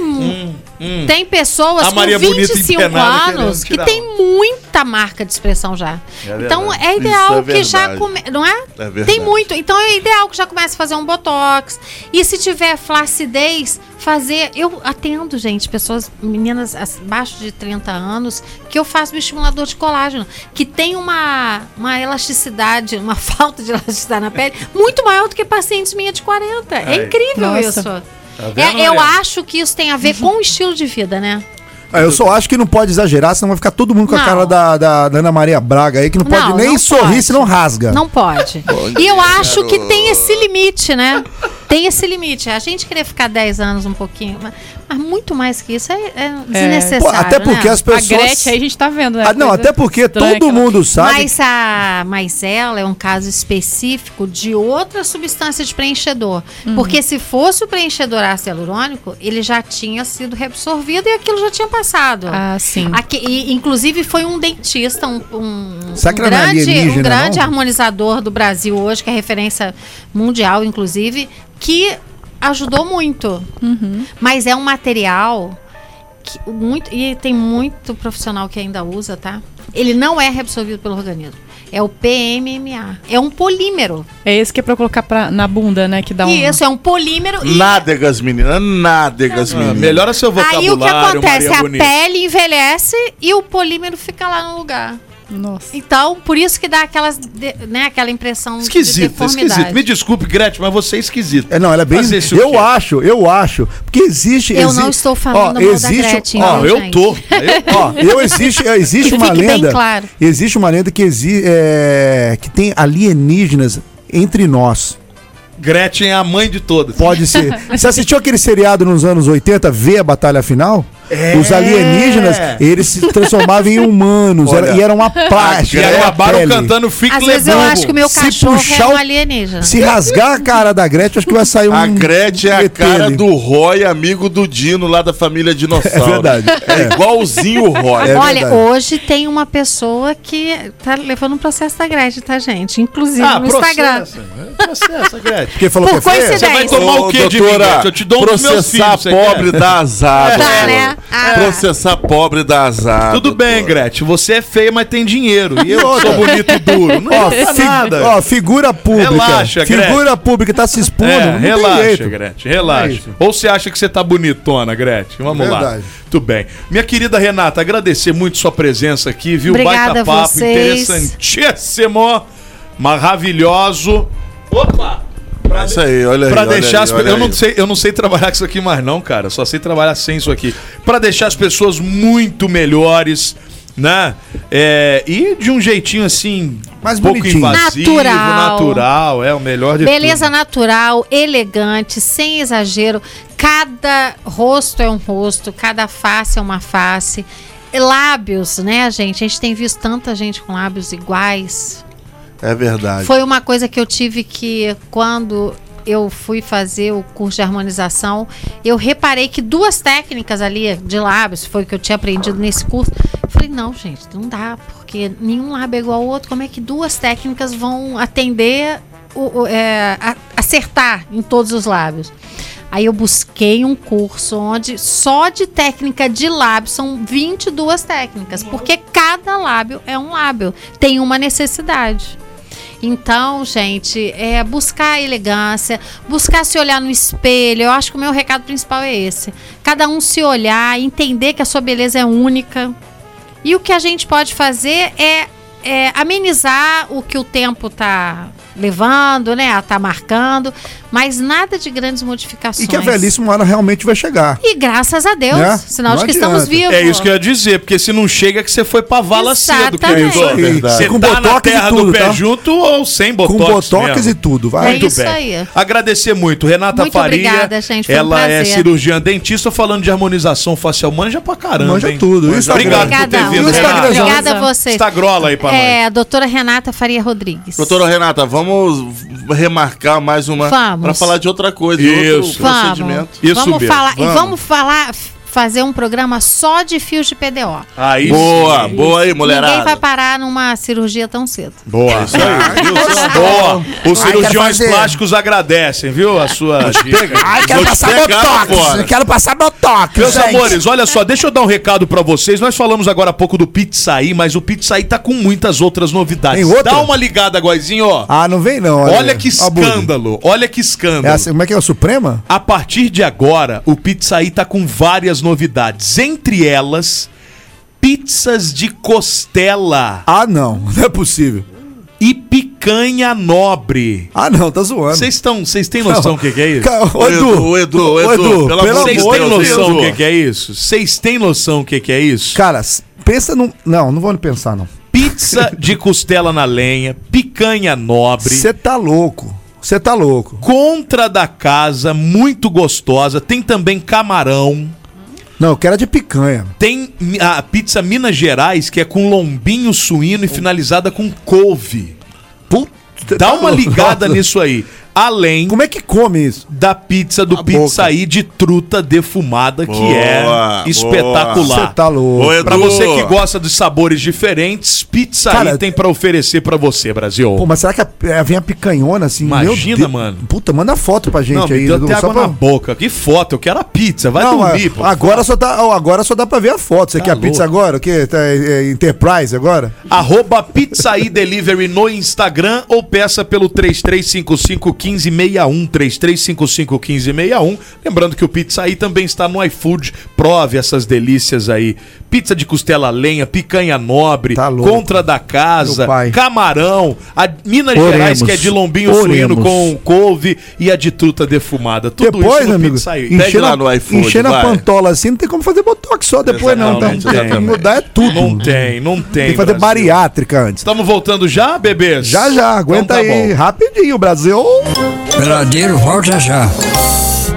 tem pessoas A Maria com Bonita 25 empenada anos querendo tirar que tem muita marca de expressão já. então é Isso ideal é que já verdade. come, não é? É verdade. tem muito. Então é ideal que já comece a fazer um botox. E se tiver flacidez, fazer. Eu atendo, gente, pessoas, meninas abaixo de 30 anos, que eu faço o estimulador de colágeno, que tem uma, uma elasticidade, uma falta de elasticidade na pele, muito maior do que pacientes minha de 40. É incrível Nossa. isso. vendo, É, eu Mariana? acho que isso tem a ver com o estilo de vida, né? Ah, Eu só acho que não pode exagerar, senão vai ficar todo mundo com a Não. cara da, da- da Ana Maria Braga aí, que não pode Não, nem não sorrir, pode. senão rasga. Não pode. e eu acho que tem esse limite, né? Tem esse limite. A gente queria ficar 10 anos um pouquinho, mas, mas muito mais que isso é, é Pô, desnecessário. até porque né? as A pessoas. Gretchen aí a gente tá vendo, é né? Ah, não, Coisa até porque estranha todo que ela- mundo sabe. Mas, a, mas ela é um caso específico de outra substância de preenchedor. Uhum. Porque se fosse o preenchedor ácido hialurônico, ele já tinha sido reabsorvido e aquilo já tinha passado. Ah, sim. Aqui- e, inclusive foi um dentista, um, um, Será que um era na grande, alienígena, um grande não? harmonizador do Brasil hoje, que é referência mundial, inclusive, que ajudou muito. Mas é um material que muito e tem muito profissional que ainda usa, tá? Ele não é reabsorvido pelo organismo. É o PMMA. É um polímero. É esse que é pra colocar pra- na bunda, né? Que dá um. E isso é um polímero e Nádegas, menina, nádegas, Ah, menina. melhora seu vocabulário, aí o que acontece? É Maria A Bonita. pele envelhece e o polímero fica lá no lugar. Nossa. Então, por isso que dá aquelas, de- né, aquela impressão de Esquisito, deformidade. esquisito. Me desculpe, Gretchen, mas você é esquisito. É, não, ela é bem. Fazer isso o quê? Eu acho, eu acho. Porque existe. Eu exi- um- não estou falando mal da Gretchen, ó, Não, viu, eu gente? tô. Eu tô. Ó, eu existe, é, existe Que uma fique bem lenda. claro. Existe uma lenda que, exi, é, que tem alienígenas entre nós. Gretchen é a mãe de todas. Pode ser. Você assistiu aquele seriado nos anos 80, Vê a Batalha Final? É. Os alienígenas, eles se transformavam em humanos. Olha, era- e eram uma parte. E aí era a acabaram pele. cantando Fique Às vezes eu Levango. acho que o meu Se cachorro puxar é o- um alienígena. Se rasgar a cara da Gretchen, acho que vai sair um. A Gretchen é a ET cara ali. do Roy, amigo do Dino, lá da família Dinossauro. É verdade. É igualzinho o Roy. É Olha, verdade. hoje tem uma pessoa que tá levando um processo da Gretchen, tá, gente? Inclusive Ah, Ah, no Instagram. Processa, É, Gretchen. Porque falou Por que é feio. coincidência. Você vai Ô, tomar o quê de doutora, vingança? Eu te dou um dos meus filhos. processar você pobre quer? da azar. Tá, doutora. né? Ah. Processar pobre da azar. Tudo doutora. bem, Gretchen. Você é feia, mas tem dinheiro. E eu sou bonito e duro. Não Ó, é fi- nada. ó, figura pública. Relaxa, Gretchen. figura pública tá se expondo. É, não tem relaxa, jeito. É Gretchen, relaxa. Ou você acha que você tá bonitona, Gretchen? Vamos lá. Verdade. Tudo bem. Minha querida Renata, agradecer muito sua presença aqui, viu? Obrigada Baita a papo, vocês. interessantíssimo, maravilhoso. Opa! É Isso aí, olha aí. Pra olha deixar aí, as pe- olha eu não aí. sei eu não sei trabalhar com isso aqui mais não cara só sei trabalhar sem isso aqui Pra deixar as pessoas muito melhores né? É, e de um jeitinho assim, Mais pouco bonitinho. invasivo, natural. Natural. é o melhor de Beleza tudo. natural, elegante, sem exagero. Cada rosto é um rosto, cada face é uma face. E Lábios, né, gente? A gente tem visto tanta gente com lábios iguais. É verdade. Foi uma coisa que eu tive que, quando eu fui fazer o curso de harmonização, eu reparei que duas técnicas ali de lábios, foi o que eu tinha aprendido nesse curso. Eu falei, não, gente, não dá, porque nenhum lábio é igual ao outro. Como é que duas técnicas vão atender, o- o- é, a- acertar em todos os lábios? Aí eu busquei um curso onde só de técnica de lábio são 22 técnicas, porque cada lábio é um lábio, tem uma necessidade. Então, gente, é buscar a elegância, buscar se olhar no espelho. Eu acho que o meu recado principal é esse. Cada um se olhar, entender que a sua beleza é única. E o que a gente pode fazer é, é amenizar o que o tempo tá levando, né? Tá marcando, mas nada de grandes modificações. E que a velhíssima hora realmente vai chegar. E graças a Deus, Né? sinal Não de que estamos adianta. vivos. É isso que eu ia dizer, porque se não chega é que você foi pra vala cedo, Exatamente. querido. É isso aí. Você Com tá na botox e terra do tudo, pé tá? junto ou sem botox Com botox mesmo? e tudo, É vai. Muito isso bem. aí. Agradecer muito. Renata Muito Faria. obrigada, gente, foi um ela é prazer. cirurgiã dentista, falando de harmonização facial. Manja pra caramba. Manja hein? tudo. Manja. Instagram. Obrigado por ter Obrigadão. vindo, Instagram. Renata. Obrigada a vocês. Instagrola aí pra nós. É, doutora Renata Faria Rodrigues. Doutora Renata, vamos remarcar mais uma Vamos. para falar de outra coisa, Isso. outro procedimento. Isso vamos mesmo, falar vamos. e vamos falar f- fazer um programa só de fios de PDO. Aí Boa, boa aí, sim. Ninguém vai mulherada. É parar numa cirurgia tão cedo. Boa. Isso aí, viu? Boa. Os Ai, quero cirurgiões fazer. plásticos agradecem, viu? A sua. dica. Ai, quero Vou te passar pegar lá botox. fora. Eu quero passar botox. Meus gente. amores, olha só, deixa eu dar um recado pra vocês. Nós falamos agora há pouco do Pizzaí, mas o Pizzaí tá com muitas outras novidades. Tem outra? Dá uma ligada, Goizinho, ó. Ah, não vem não. olha, aí. que Ó, Budi. escândalo. Olha que É escândalo. assim, como é que é a Suprema? A partir de agora, o Pizzaí tá com várias novidades. Entre elas, pizzas de costela Ah, não. Não é possível. e picanha nobre. Ah, não. Tá zoando. Vocês estão, vocês têm noção do que, que é isso? Ca- Ô, Ô, Edu, Edu, Edu, Edu, pelo Edu, pelo amor de Vocês Deus, têm Deus, noção do que, Deus. que é isso? Vocês têm noção do que, que é isso? Cara, s- pensa num... Não, não vou pensar, não. Pizza de costela na lenha, picanha nobre. Você tá louco. Você tá louco. Contra da casa, muito gostosa. Tem também camarão. Não, eu quero a de picanha. Tem mi- a pizza Minas Gerais, que é com lombinho suíno e finalizada com couve. Puta, Dá tá uma louco. ligada nisso aí. Além Como é que come isso? da pizza do Pizzaí de truta defumada, que Boa, é espetacular. Você tá louco. Ô, Edu. Pra você que gosta de sabores diferentes, Pizzaí Cara, tem pra oferecer pra você, Brasil. Pô, mas será que a, é, vem a picanhona assim? Imagina, Deus. mano. Puta, manda foto pra gente Não, aí, me deu Edu, até só água pra- na boca. Que foto, eu quero a pizza. Vai Não, dormir, é- pô. agora só, tá, ó, agora só dá pra ver a foto. Você Tá quer a louco. pizza agora? O quê? Tá, é, é, Enterprise agora? Arroba Pizzaí Delivery no Instagram ou peça pelo 33551561, 33551561. Lembrando que o Pizzaí também está no iFood. Prove essas delícias aí. Pizza de costela à lenha, picanha nobre, Tá louco. contra da casa, Meu pai. camarão, a Minas Oremos. Gerais que é de lombinho suíno Oremos. com couve e a de truta defumada. Tudo depois, isso no amigo, Pizzaí. enche- encher, lá na, no iFood, encher na vai. pantola assim, não tem como fazer botox só depois não, tá? Exatamente, Tem que exatamente. mudar é tudo. Não tem, não tem. Tem que fazer Brasil. bariátrica antes. Estamos voltando já, bebês? Já, já, aguenta Então tá aí, bom. rapidinho, Brasil. Peladeiro volta já.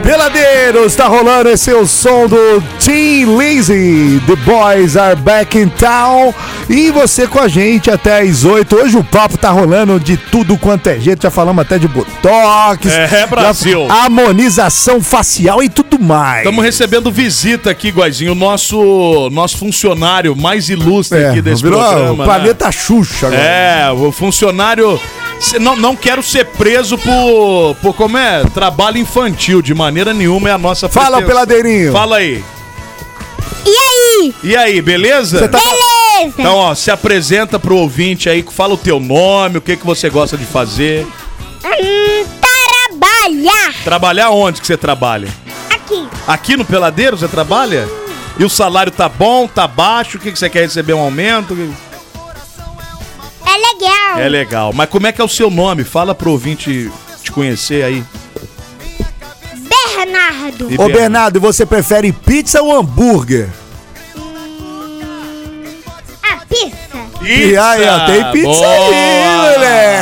Peladeiros, tá rolando esse é o som do Team Lazy. The Boys Are Back in Town. E você com a gente até às 8. Hoje o papo tá rolando de tudo quanto é jeito. Já falamos até de botox. É, Brasil. da Harmonização facial e tudo mais. Estamos recebendo visita aqui, Guazinho, o nosso, nosso funcionário mais ilustre é, aqui desse virou programa. o né? planeta Xuxa agora. É, o funcionário. Se- Não, não quero ser preso por, por. Como é? Trabalho infantil, de maneira nenhuma é a nossa Fala, pretensão. peladeirinho. Fala aí. E aí? E aí, beleza? Você tá- Beleza? Então, ó, se apresenta pro ouvinte aí, fala o teu nome, o que, que você gosta de fazer. Hum, trabalhar Trabalhar onde que você trabalha? aqui. Aqui no Peladeiro você trabalha? E o salário tá bom, tá baixo? O que, que você quer receber? Um aumento? É legal. É legal. Mas como é que é o seu nome? Fala pro ouvinte te conhecer aí. Bernardo. E Ô Bernardo. Bernardo, você prefere pizza ou hambúrguer? Ah, E aí, ó, é, tem pizza aí,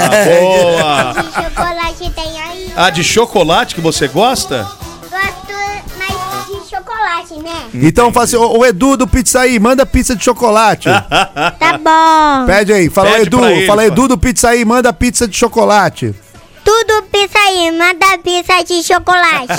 moleque. Boa! Chocolate tem aí. A de chocolate que você gosta? Gosto mais de chocolate, né? Então fala assim, ô, ô, Edu do Pizzaí, manda pizza de chocolate. Ah, Tá bom. Pede aí, fala Pede Edu, pra ele, fala pô. Edu do Pizzaí, manda pizza de chocolate. Tudo pizza aí, manda pizza de chocolate.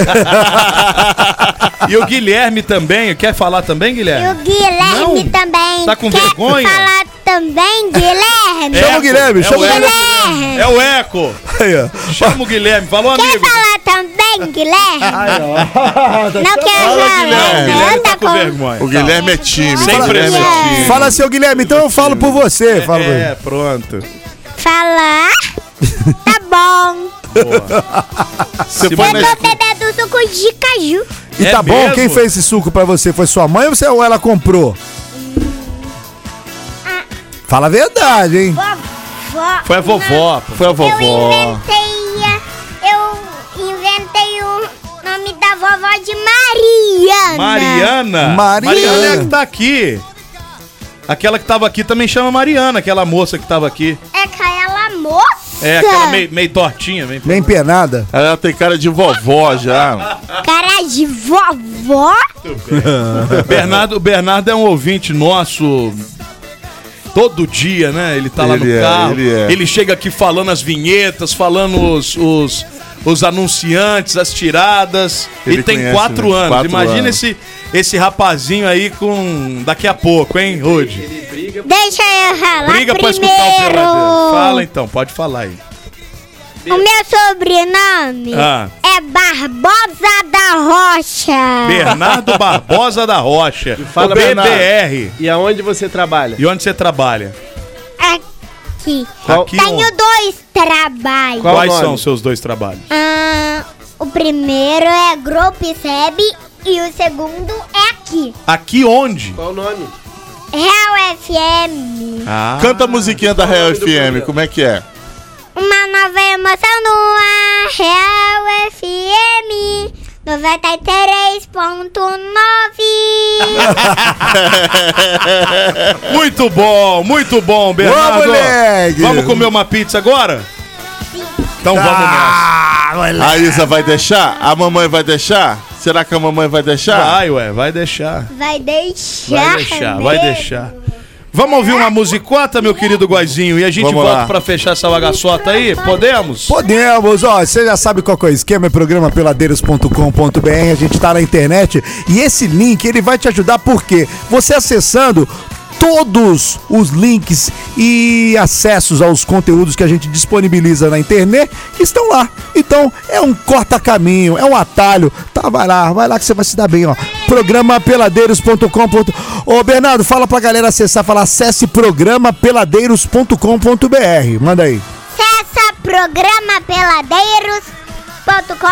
E o Guilherme também, quer falar também, E o Guilherme? Guilherme Não? também. Tá com Quer vergonha? falar também, Guilherme? Chama o Guilherme, é chama o o Guilherme. Guilherme. É o Eco! Aí, ó. Chama o Guilherme, falou, Quer amigo! falar também, Guilherme? Não quer Fala, falar, Guilherme! né? Guilherme Anda tá com vergonha. O Guilherme é time. Sem o Guilherme pressão. é time. Fala assim, ô Guilherme, então eu falo por você. Fala pra ele. É, pronto. Falar? Tá bom. Você Eu tô bebendo suco de caju. E É tá bom, mesmo? quem fez esse suco pra você? Foi sua mãe ou, você, ou ela comprou? Fala a verdade, hein? Vovó. Foi a vovó, pô. Foi a Eu vovó. inventei. a- Eu inventei o nome da vovó de Mariana. Mariana. Mariana. Mariana é a que tá aqui. Aquela que tava aqui também chama Mariana, aquela moça que tava aqui. É aquela moça. É, aquela meio, meio tortinha. Meio... Nem penada. Ela tem cara de vovó já. Cara de vovó. Bernardo, o Bernardo é um ouvinte nosso. Todo dia, né? Ele tá lá no Ele é, carro. ele é. chega aqui falando as vinhetas, falando os, os, os anunciantes, as tiradas. Ele, Ele tem conhece, quatro né? anos. Quatro Imagina anos. Esse, esse rapazinho aí com. daqui a pouco, hein, Rude? Deixa eu falar Briga pra tá primeiro. escutar o Peladeiro. Fala então, pode falar aí. O meu sobrenome Ah. é Barbosa da Rocha. Bernardo Barbosa da Rocha. Fala, o BBR. Bernardo. E aonde você trabalha? E onde você trabalha? Aqui. Qual- Aqui Tenho onde? dois trabalhos. Qual Quais o nome? são os seus dois trabalhos? Ah, o primeiro é Group Seb e o segundo é aqui. Aqui onde? Qual o nome? Real FM. Ah. Canta a musiquinha da Real FM, como é que é? Uma nova emoção no ar. Real FM. 93.9. Muito bom, muito bom, Bernardo. Ô, moleque! Vamos comer uma pizza agora? Então Tá. vamos nessa. A Isa vai deixar? A mamãe vai deixar? Será que a mamãe vai deixar? Vai, ué, vai deixar. Vai deixar. né? Vai deixar, vai mesmo. deixar. Vamos ouvir uma musicota, meu querido Goizinho, e a gente Vamos volta lá. pra fechar essa bagaçota aí? Podemos? Podemos, ó, você já sabe qual que é o esquema, é programa peladeiros.com.br, a gente tá na internet e esse link, ele vai te ajudar porque você acessando todos os links e acessos aos conteúdos que a gente disponibiliza na internet estão lá. Então, é um corta-caminho, é um atalho. Tá, vai lá, vai lá que você vai se dar bem, ó. Programa peladeiros.com.br. Ô, Bernardo, fala pra galera acessar, fala acesse programa peladeiros.com.br. Manda aí. Acessa programa peladeiros.com.br.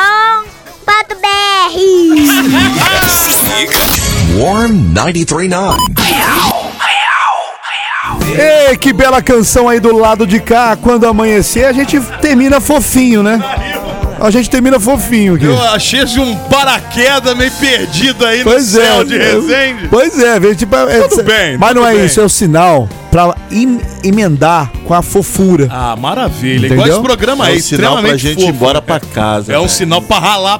Warm 93.9. Ei, que bela canção aí do lado de cá. Quando amanhecer, a gente termina fofinho, né? A gente termina fofinho aqui. Eu achei de um paraquedas meio perdido aí Pois no é. céu de Resende. Pois é, vem, tipo, é- Tudo bem, Mas não tudo é bem. isso, é o sinal pra em- emendar com a fofura. Ah, maravilha. Igual Entendeu? esse programa aí, é um sinal pra extremamente gente ir fofo. embora né? pra casa. É um velho. sinal pra ralar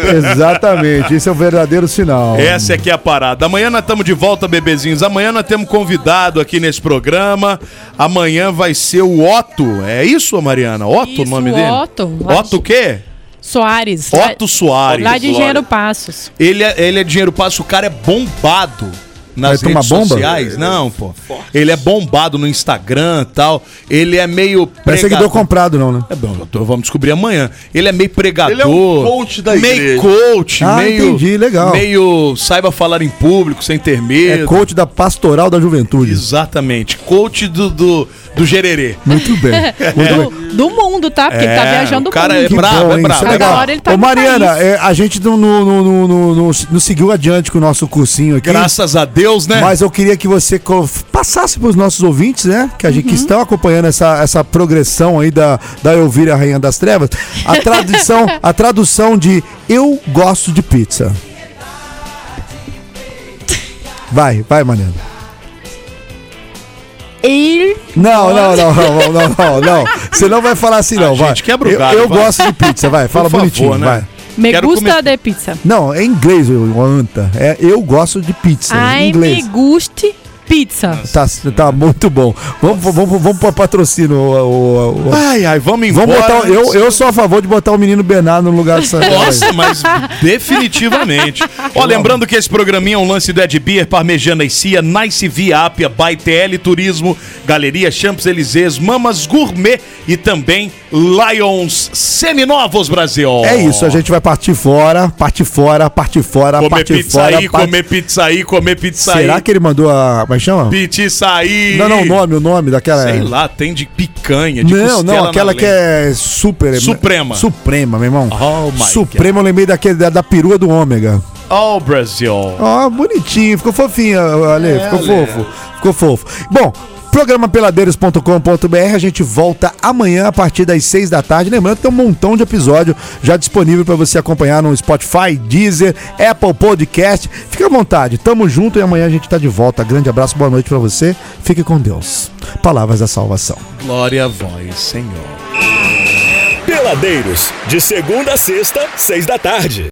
Exatamente, esse é o verdadeiro sinal. Essa é que é a parada. Amanhã nós estamos de volta, bebezinhos. Amanhã nós temos convidado aqui nesse programa. Amanhã vai ser o Otto. É isso, Mariana? Otto Isso, o nome o dele? Otto. Otto o quê? Soares. Otto Soares. Lá de Engenheiro Passos. Ele é, ele é dinheiro passo, o cara é bombado nas Vai tomar redes bomba? sociais. Não, pô. Ele é bombado no Instagram e tal. Ele é meio Não é seguidor pregador. comprado, não, né? É bom, doutor, vamos descobrir amanhã. Ele é meio pregador. Ele é um coach da Meio igreja. coach, Ah, meio. entendi, legal. Meio saiba falar em público, sem ter medo. É coach da Pastoral da Juventude. Exatamente. Coach do, do, do gererê. Muito bem. Muito bem. Do, do mundo, tá? Porque ele tá É, viajando o cara o é mundo. brabo, hein? brabo, Isso é legal. brabo. Agora ele tá Ô, no Mariana, país. é, a gente não, não, não, não, não- não- não seguiu adiante com o nosso cursinho aqui. Graças a Deus, né? Mas eu queria que você co- passasse para os nossos ouvintes, né? Que, a Uhum. gente, que estão acompanhando essa, essa progressão aí da, da Elvira Rainha das Trevas. A tradução, a tradução de Eu gosto de pizza. Vai, vai, Mariana. Eu Não, não, não, não, não, não, não. Você não vai falar assim, não, vai. gente quebra o galho, eu eu vai. gosto de pizza, vai. Fala Por favor, bonitinho, né? vai. Me Quero gusta comer- de pizza. Não, é em inglês, eu- anta. É, eu gosto de pizza. em Ai, me inglês. guste pizza. Tá, tá muito bom. Vamos, vamos, vamos pra patrocínio. ô, ô, ô, ô. Ai, ai, vamos embora. Vamos botar, o- eu, eu sou a favor de botar o menino Bernardo no lugar do Sandro. Nossa, mas definitivamente. Ó, lembrando que esse programinha é um lance do Ed Beer, Parmejana e Cia, Nice Via Apia, ByTL Turismo, Galeria Champs-Élysées, Mamas Gourmet e também Lions Seminovos Brasil. É isso, a gente vai partir fora, partir fora, partir fora, Comer partir pizza fora. aí, partir- comer pizza aí, comer pizza aí. Será que ele mandou a. Como é que chama? Pizza aí. Não, não, o nome, o nome daquela. é- Sei lá, tem de picanha, de Não, costela não, na aquela que lente. é super. Suprema. Suprema, meu irmão. Oh, my Suprema, eu lembrei daquele, da, da perua do ômega. Ó, o Brasil. Ó, bonitinho, ficou fofinho, Ale, ficou fofo. Ficou fofo. Bom, programa peladeiros.com.br, a gente volta amanhã a partir das seis da tarde. Lembrando que tem um montão de episódio já disponível para você acompanhar no Spotify, Deezer, Apple Podcast. Fica à vontade, tamo junto e amanhã a gente tá de volta. Grande abraço, boa noite para você. Fique com Deus. Palavras da salvação. Glória a vós, Senhor. Peladeiros, de segunda a sexta, seis da tarde.